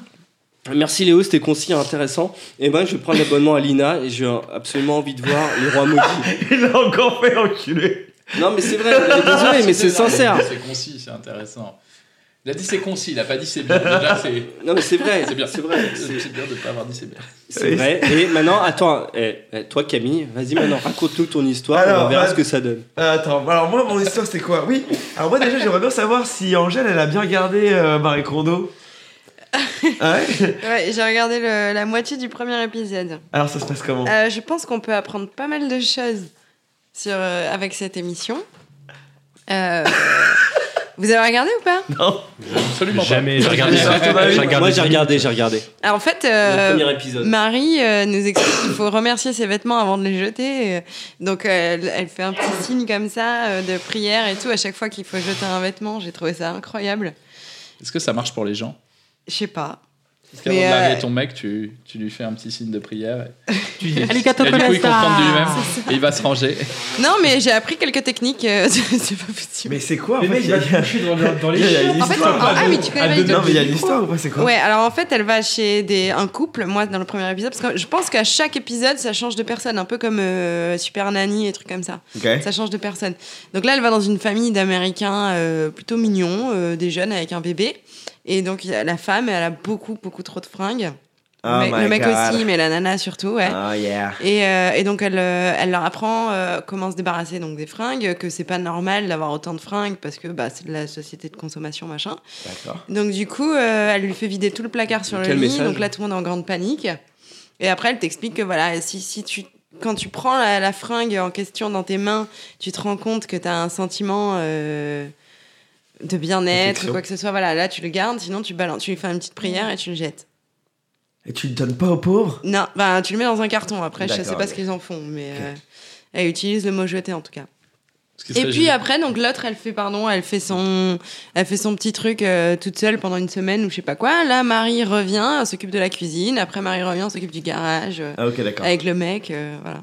Merci Léo, c'était concis et intéressant. Et ben, je vais prendre l'abonnement à Lina et j'ai absolument envie de voir Les Rois Maudits. Il l'a encore fait enculé. Non, mais c'est vrai, désolé, mais c'est Non, sincère. C'est concis, c'est intéressant. Il a dit c'est concis, il a pas dit c'est bien. Déjà, c'est. Non, mais c'est vrai, C'est bien. c'est vrai. C'est bien de pas avoir dit c'est bien. C'est vrai. Et maintenant, attends, eh, eh, toi Camille, vas-y maintenant, raconte-nous ton histoire et on verra euh, bah- ce que ça donne. Ah, Attends, alors moi, mon histoire, c'était quoi Oui, alors moi, déjà, j'aimerais bien savoir si Angèle, elle a bien regardé euh, Marie Kondo. Ah ouais Ouais, j'ai regardé le- la moitié du premier épisode. Alors, ça se passe comment Euh, je pense qu'on peut apprendre pas mal de choses sur, euh, avec cette émission. Euh, vous avez regardé ou pas Non. Absolument Jamais. J'ai regardé. j'ai regardé Moi, j'ai dix regardé, j'ai regardé. Alors, en fait, euh, Le premier épisode. Marie euh, nous explique qu'il faut remercier ses vêtements avant de les jeter. euh, donc, euh, elle, elle fait un petit signe comme ça euh, de prière et tout à chaque fois qu'il faut jeter un vêtement. J'ai trouvé ça incroyable. Est-ce que ça marche pour les gens Je sais pas. Parce qu'avant de Mais, euh, larguer ton mec, tu, tu lui fais un petit signe de prière. Et... Tu dis, Arigato et du coup, il gozaimashita. comprend de lui-même. C'est ça. Et il va se ranger. Non, mais j'ai appris quelques techniques. euh, c'est pas possible. Mais c'est quoi Mais mec, il va te coucher dans, le- dans les Il y a une chiottes. histoire. En fait, ah, mais tu connais Ah, pas de- les Non, mais il y a deux. une histoire ou pas C'est quoi Ouais, alors en fait, elle va chez des, un couple, moi, dans le premier épisode, parce que je pense qu'à chaque épisode, ça change de personne, un peu comme euh, Super Nanny et trucs comme ça. Ok. Oh Ça change de personne. Donc là, elle va dans une famille d'Américains euh, plutôt mignons, euh, des jeunes avec un bébé. Et donc, il y a la femme, elle a beaucoup, beaucoup trop de fringues. Oh Le mec- my le mec God. aussi, mais la nana surtout, ouais. Oh yeah. Et, euh, et donc elle, euh, elle leur apprend euh, comment se débarrasser donc des fringues, que c'est pas normal d'avoir autant de fringues parce que bah, c'est de la société de consommation machin. D'accord. Donc du coup, euh, elle lui fait vider tout le placard sur le Quel lit. message Donc là, tout le monde est en grande panique. Et après, elle t'explique que voilà, si, si tu quand tu prends la, la fringue en question dans tes mains, tu te rends compte que tu as un sentiment euh, de bien-être Affection. ou quoi que ce soit. Voilà, là, tu le gardes, sinon tu balances, tu lui fais une petite prière et tu le jettes. Et tu le donnes pas aux pauvres Non, bah, tu le mets dans un carton. Après, je sais D'accord, pas ok. ce qu'ils en font, mais euh, elle utilise le mot jeter en tout cas. qu'il Et serait puis euh, génial. après, donc l'autre, elle fait pardon, elle fait son, elle fait son petit truc euh, toute seule pendant une semaine ou je sais pas quoi. Là, Marie revient, elle s'occupe de la cuisine. Après, Marie revient, elle s'occupe du garage. euh, Ah, ok, d'accord. Avec le mec, euh, voilà.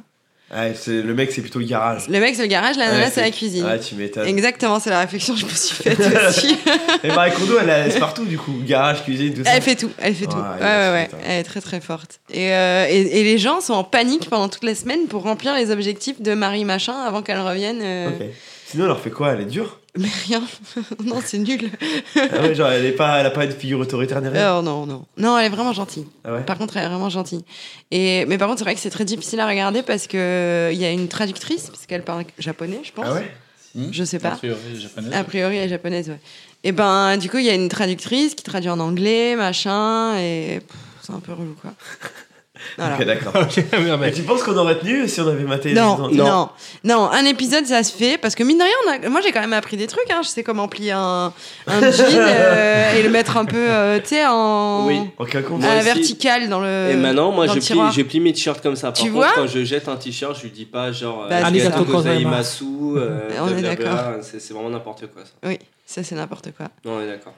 Ouais, c'est- le mec, c'est plutôt le garage. Le mec, c'est le garage, la nana, Ouais, c'est la cuisine. Ah, tu m'étonnes. Exactement, c'est la réflexion que je me suis faite aussi. Et Marie Kondo, elle, elle est partout, du coup. Garage, cuisine, tout ça. Elle fait tout, elle fait tout. Ouais, Ouais, elle ouais, ouais. Elle est très très forte. Et, euh, et, et les gens sont en panique pendant toute la semaine pour remplir les objectifs de Marie Machin avant qu'elle revienne. euh, Ok. Sinon, elle leur fait quoi Elle est dure Mais rien. non, c'est nul. ah ouais, Genre, elle, est pas, elle a pas une figure autoritaire ni rien Oh, non, non. Non, elle est vraiment gentille. Ah ouais Par contre, elle est vraiment gentille. Et, mais par contre, c'est vrai que c'est très difficile à regarder parce que euh, il y a une traductrice, parce qu'elle parle japonais, je pense. Ah ouais Je sais pas. A priori, japonaise. A priori, elle est japonaise, ouais. Et ben, du coup, il y a une traductrice qui traduit en anglais, machin, et pff, c'est un peu relou, quoi. Voilà. Ok, d'accord. Et tu penses qu'on aurait tenu si on avait maté les Non, autres non, non, un épisode ça se fait parce que mine de rien, on a- moi j'ai quand même appris des trucs. hein. Je sais comment plier un, un jean euh, et le mettre un peu, euh, tu sais, en, Oui. En à cacon. Moi la aussi. verticale dans le. Et maintenant, moi, Euh, dans je le plie, tiroir. je plie mes t-shirts comme ça. Par Tu contre, vois quand je jette un t-shirt, je lui dis pas genre. euh, Bah, c'est ça. Gozaimasu, euh, On est blablabla. d'accord. C'est c'est vraiment n'importe quoi. Ça. Oui, ça c'est n'importe quoi. Non, on est d'accord.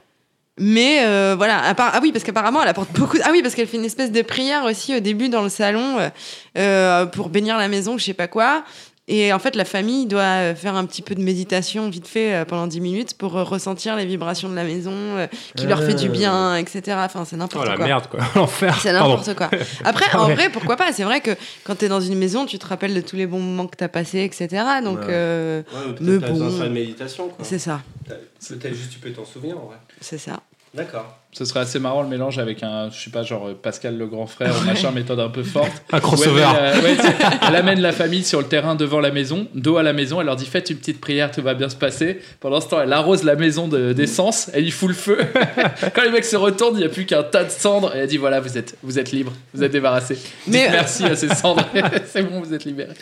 Mais euh, voilà, à part- ah oui, parce qu'apparemment elle apporte beaucoup. Ah oui, parce qu'elle fait une espèce de prière aussi au début dans le salon euh, euh, pour bénir la maison, je sais pas quoi. Et en fait, la famille doit euh, faire un petit peu de méditation vite fait euh, pendant 10 minutes pour euh, ressentir les vibrations de la maison euh, qui leur fait du bien, etc. Enfin, c'est n'importe Oh la quoi. merde, quoi. L'enfer. C'est n'importe quoi. Pardon. Après, en Ouais. vrai, pourquoi pas C'est vrai que quand t'es dans une maison, tu te rappelles de tous les bons moments que t'as passés, etc. Donc, Ouais. euh, Ouais, ou peut-être mais t'as besoin de bon, faire une méditation, quoi. C'est ça, T'as- Peut-être juste tu peux t'en souvenir, en vrai. c'est ça. D'accord. Ce serait assez marrant le mélange avec un, je sais pas, genre euh, Pascal le grand frère, ou machin, méthode un peu forte. Un crossover. Ouais, mais, euh, ouais, tu sais, elle amène la famille sur le terrain devant la maison, dos à la maison, elle leur dit faites une petite prière, tout va bien se passer. Pendant ce temps, elle arrose la maison de- d'essence, elle y fout le feu. Quand les mecs se retournent, il n'y a plus qu'un tas de cendres, et elle dit voilà, vous êtes, vous êtes libre, vous êtes débarrassé. Mais- euh, merci à ces cendres, c'est bon, vous êtes libérés.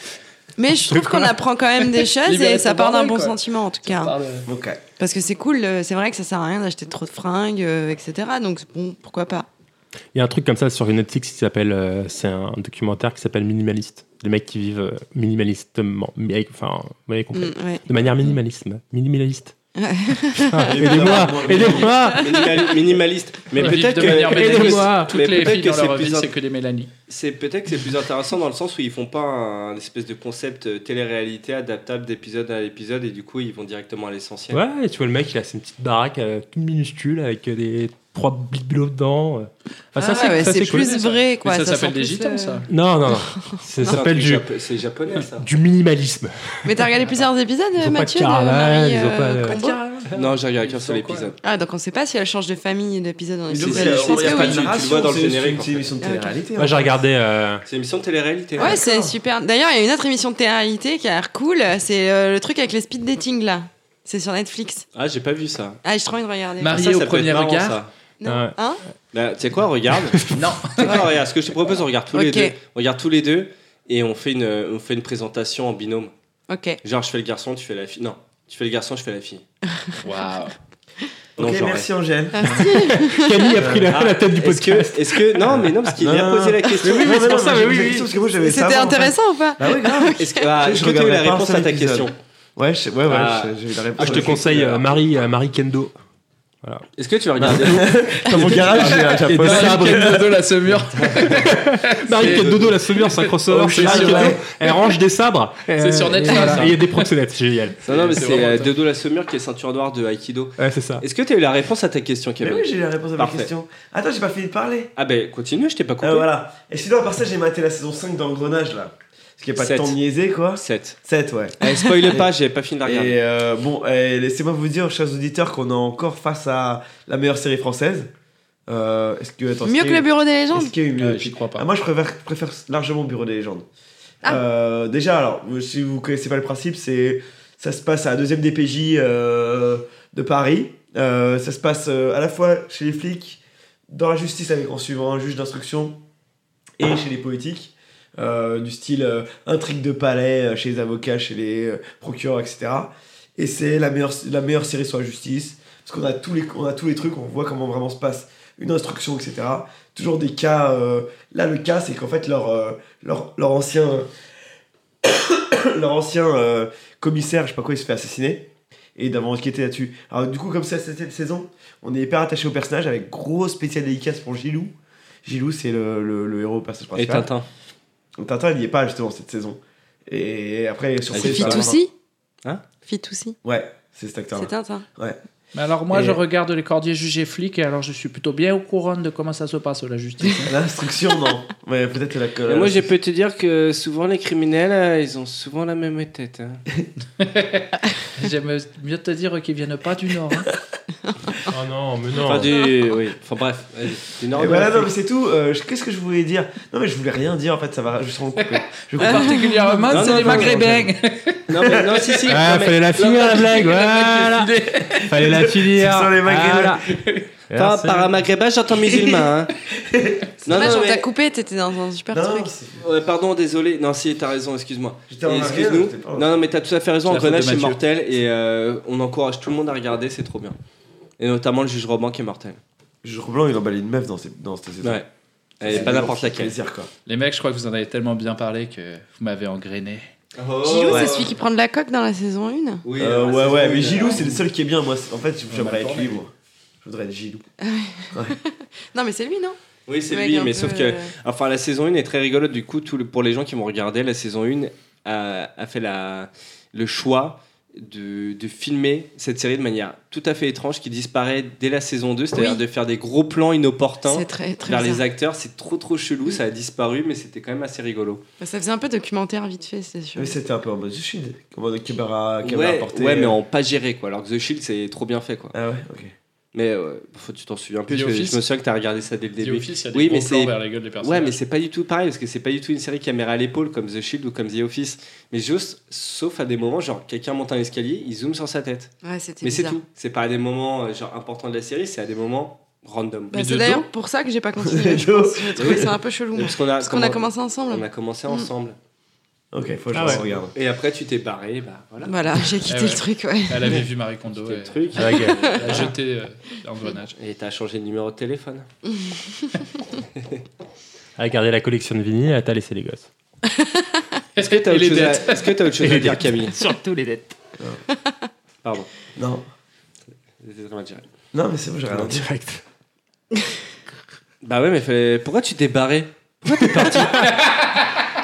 Mais je trouve qu'on apprend quand même des choses Libérer et ça ton part d'un bordel, bon quoi. sentiment en tout cas. Ok. Parce que c'est cool, euh, c'est vrai que ça sert à rien d'acheter trop de fringues, euh, etc. Donc bon, pourquoi pas. Il y a un truc comme ça sur Netflix qui s'appelle. euh, c'est un documentaire qui s'appelle Minimaliste. Les mecs qui vivent euh, minimalistement. mais avec- Enfin, vous m'avez compris. Mm, ouais. De manière minimalisme. Minimaliste. Ah, Ouais. Aidez-moi, aidez-moi. Minimal- Minimaliste. Mais Ils peut-être vivent de que. manière mais bénéfique. peut-être Toutes les que filles dans c'est leur plus vie, int- c'est que des Mélanie. C'est peut-être que c'est plus intéressant dans le sens où ils font pas un, une espèce de concept euh, télé-réalité adaptable d'épisode à épisode et du coup ils vont directement à l'essentiel. Ouais, et tu vois le mec, il a une petite baraque euh, toute minuscule avec euh, des trois bibelots dedans. euh. Enfin, ça, Ah ouais, ça, c'est cool. plus vrai quoi. Mais ça sent s'appelle des plus, gitans, euh, ça. Non, non, non. Ça C'est un s'appelle truc du, japo- C'est japonais ça. du minimalisme. Mais t'as regardé plusieurs épisodes, Ils ont pas de Mathieu de caravane, Marie, ils ont euh, pas de- Combo Non, j'ai regardé qu'un seul épisode. Ah donc on sait pas si elle change de famille d'épisode en Mais donc, épisode. c'est- Je pense il y a que pas oui. de narration, Tu le vois dans le c'est juste générique, une en petite fait. émission de hein. Ah, ok. télé-réalité. Moi, j'ai regardé. euh, C'est une émission de télé-réalité. Ouais, c'est super. D'ailleurs, il y a une autre émission de télé-réalité qui a l'air cool. C'est euh, le truc avec les speed dating là. C'est sur Netflix. Ah, j'ai pas vu ça. Ah, j'ai trop envie de regarder. Marié Ça, ça au peut être premier marrant, regard. ça. euh, Hein Bah, tu sais quoi, regarde. Non. Tu sais quoi, regarde. Ce que je te propose, on regarde tous Ok. les deux. On regarde tous les deux et on fait une, on fait une présentation en binôme. Ok. Genre, je fais le garçon, tu fais la fille. Non, tu fais le garçon, je fais la fille. Waouh. Non, Ok, genre, merci Angèle. Camille a pris la, Ah, la tête du Est-ce que, podcast. est-ce que, non, mais non, parce qu'il Non, vient non, poser non. la question. Mais oui, mais c'est pour non, ça, mais mais oui, oui. oui. Parce que moi, j'avais ça C'était avant, en fait. intéressant ou pas Bah oui, grave. Est-ce que, ah, Tu sais, est-ce je que t'as eu regarderai la pas un réponse seul à ta épisode. question Ouais, je, ouais, ouais, Ah. je- j'ai eu la réponse. Ah, je te conseille euh, Marie, euh, Marie Kendo. Ah, Est-ce que tu vas regarder Dans mon garage, j'ai un Et japonais. dans- Marie Sabre. Kendo, la semure. Marie C'est- Kendo, la sauveur, c'est un crossover. Oh, chez c'est Marie sûr, Kendo. ouais. Elle range des sabres. C'est Euh, sur et Netflix, voilà. ça. Et Il y a des proxénètes, c'est génial. Non, non, mais c'est vraiment euh, ça. Dodo la Saumure qui est ceinture noire de Aikido. Ouais, c'est ça. Est-ce que t'as eu la réponse à ta question, Mais Kevin oui, j'ai eu la réponse à ma Parfait. question. Attends, j'ai pas fini de parler. Ah, ben continue, je t'ai pas coupé. Euh, voilà. Et sinon, à part ça, j'ai maté la saison 5 d'Engrenage, là. Parce qu'il n'y a pas Sept. de temps de niaiser, quoi. 7. 7, ouais. Allez, spoil pas, j'ai pas fini de la regarder. Et euh, bon, euh, laissez-moi vous dire, chers auditeurs, qu'on est encore face à la meilleure série française. Euh, est-ce que, attends, est-ce Mieux qu'il que y le a eu- bureau des légendes. Est-ce qu'il y a eu mieux Euh, J'y crois Ah, pas. moi, je préfère, préfère largement Bureau des légendes. Ah. Euh, déjà, alors, si vous connaissez pas le principe, c'est ça se passe à la deuxième DPJ euh, de Paris. Euh, ça se passe euh, à la fois chez les flics, dans la justice avec en suivant un juge d'instruction et chez les politiques. euh, du style euh, intrigue de palais euh, chez les avocats, chez les euh, procureurs, etc. Et c'est la meilleure, la meilleure série sur la justice, parce qu'on a, tous les, on a tous les trucs, on voit comment vraiment se passe une instruction, etc. Toujours des cas. euh, là, le cas, c'est qu'en fait, leur, euh, leur, leur ancien. leur ancien euh, commissaire, je sais pas quoi, il se fait assassiner. Et d'avoir enquêté là-dessus. Alors, du coup, comme ça, cette saison, on est hyper attaché au personnage avec grosse spéciale dédicace pour Gilou. Gilou, c'est le, le, le héros, personnage Et principal. Tintin. Tintin, il n'y est pas justement cette saison. Et après, sur C'est Fitoussi Hein Fitoussi. Ouais, c'est cet acteur-là. C'est hein. Tintin. Ouais. Mais alors moi, Et- je regarde les cordiers jugés flics et alors je suis plutôt bien au courant de comment ça se passe la justice. L'instruction, non. Mais peut-être la Et moi, je peux te dire que souvent, les criminels, euh, ils ont souvent la même tête. hein. J'aime mieux te dire qu'ils viennent pas du hein. Nord. Oh non, mais non. Enfin, du... oui. enfin bref. vas-y. Du nord Et de voilà, non, mais l'Afrique. c'est tout. Euh, je- Qu'est-ce que je voulais dire Non, mais je voulais rien dire en fait, ça va. Je sens coupé. Je coupe. Particulièrement, Non, c'est non, les non, Maghrébins. Non, mais non, si, si. Ah, Non, mais- fallait la finir la blague, voilà. Fallait la finir. Ce sont les Maghrébins. Voilà. Par, Merci. par un maghrébin, j'entends musulman. hein. Non, Dommage, non, on mais- t'a coupé, t'étais dans un super truc. Ouais, pardon, désolé. Non, si, t'as raison, excuse-moi. en Et arrière, Excuse-nous. j'étais pas- Non, non, mais t'as tout à fait raison. C'est la faute de Engrenage est Mathieu. mortel et euh, on encourage tout le monde à regarder, c'est trop bien. Et notamment le juge Robin qui est mortel. Je Blanc, il emballait une meuf dans, ses- dans cette saison. Ouais. Elle Ça, est c'est pas leur n'importe petit laquelle. plaisir, quoi. Les mecs, je crois que vous en avez tellement bien parlé que vous m'avez engrainé. Oh, Gilou, c'est celui qui prend de la coque dans la saison 1. Oui, Euh, euh, ouais, c'est ouais, bon, mais il a- Gilou, c'est le seul qui est bien. Moi, c'est- en fait, j'aimerais mal être lui, moi. Je voudrais être Gilou. Non, mais c'est lui, non Oui, c'est Le mec lui, un mais peu, sauf que. euh, Enfin, la saison 1 est très rigolote. Du coup, tout le- pour les gens qui m'ont regardé, la saison 1 a, a fait la, le choix de, de filmer cette série de manière tout à fait étrange qui disparaît dès la saison 2, c'est-à-dire Oui. de faire des gros plans inopportuns C'est très- très vers les bizarre. acteurs. C'est trop, trop chelou. Ça a disparu, mais c'était quand même assez rigolo. Bah, Ça faisait un peu documentaire vite fait, c'est sûr. Mais c'était un peu en mode Shield. En mode caméra, caméra Ouais, portée. ouais, mais en pas géré, quoi. Alors que The Shield, c'est trop bien fait, quoi. Ah euh, ouais, ok. Mais euh, faut que tu t'en souviens plus, The parce que Office. je me souviens que t'as regardé ça dès le The début. Office, il y a des gros plans vers la gueule des personnages. Ouais, mais c'est pas du tout pareil, parce que c'est pas du tout une série caméra à l'épaule comme The Shield ou comme The Office. Mais juste, sauf à des moments, genre quelqu'un monte un escalier, il zoome sur sa tête. Ouais, c'était Mais c'est bizarre. tout. C'est pas à des moments euh, genre importants de la série, c'est à des moments random. Bah, c'est d'ailleurs pour ça que j'ai pas continué. je pense. J'ai trouvé ça un peu Oui, chelou. moi. Parce qu'on a, Parce qu'on a commencé ensemble. On a commencé Mm. ensemble. Ok, faut que je Ah me ouais. regarde. Et après, tu t'es barré, bah voilà. Voilà, j'ai quitté Eh le ouais. truc, ouais. Elle avait vu Marie Kondo. Quitté Et... le truc. Elle a jeté euh, l'engrenage. Et t'as changé de numéro de téléphone. À garder la collection de vinyles, à t'as laissé les gosses. Est-ce que t'as Et autre, les chose à- dettes. est-ce que t'as autre chose Et les à dire, dettes. Camille Surtout les dettes. Pardon. Non. Non, mais c'est bon, j'ai rien à dire. direct. Bah ouais, mais fais- pourquoi tu t'es barré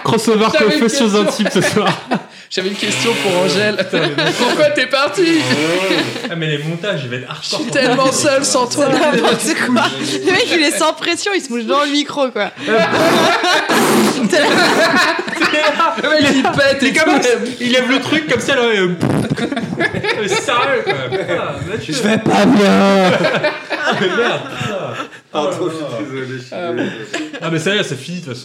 Crossover J'avais une confessions question. intimes ce soir. J'avais une question pour Angèle. Pourquoi t'es parti Ah, mais les montages, ils vont être Je hardcore. suis tellement seul sans toi. N'importe quoi. Le mec, il est sans pression, il se mouche dans le micro, quoi. Le mec, il pète et tout. Il lève le truc comme ça, là. euh, Mais Sérieux, quoi. Je vais Pas bien Ah, mais merde. Pardon, je suis désolé. Ah, mais sérieux, c'est fini, de toute façon.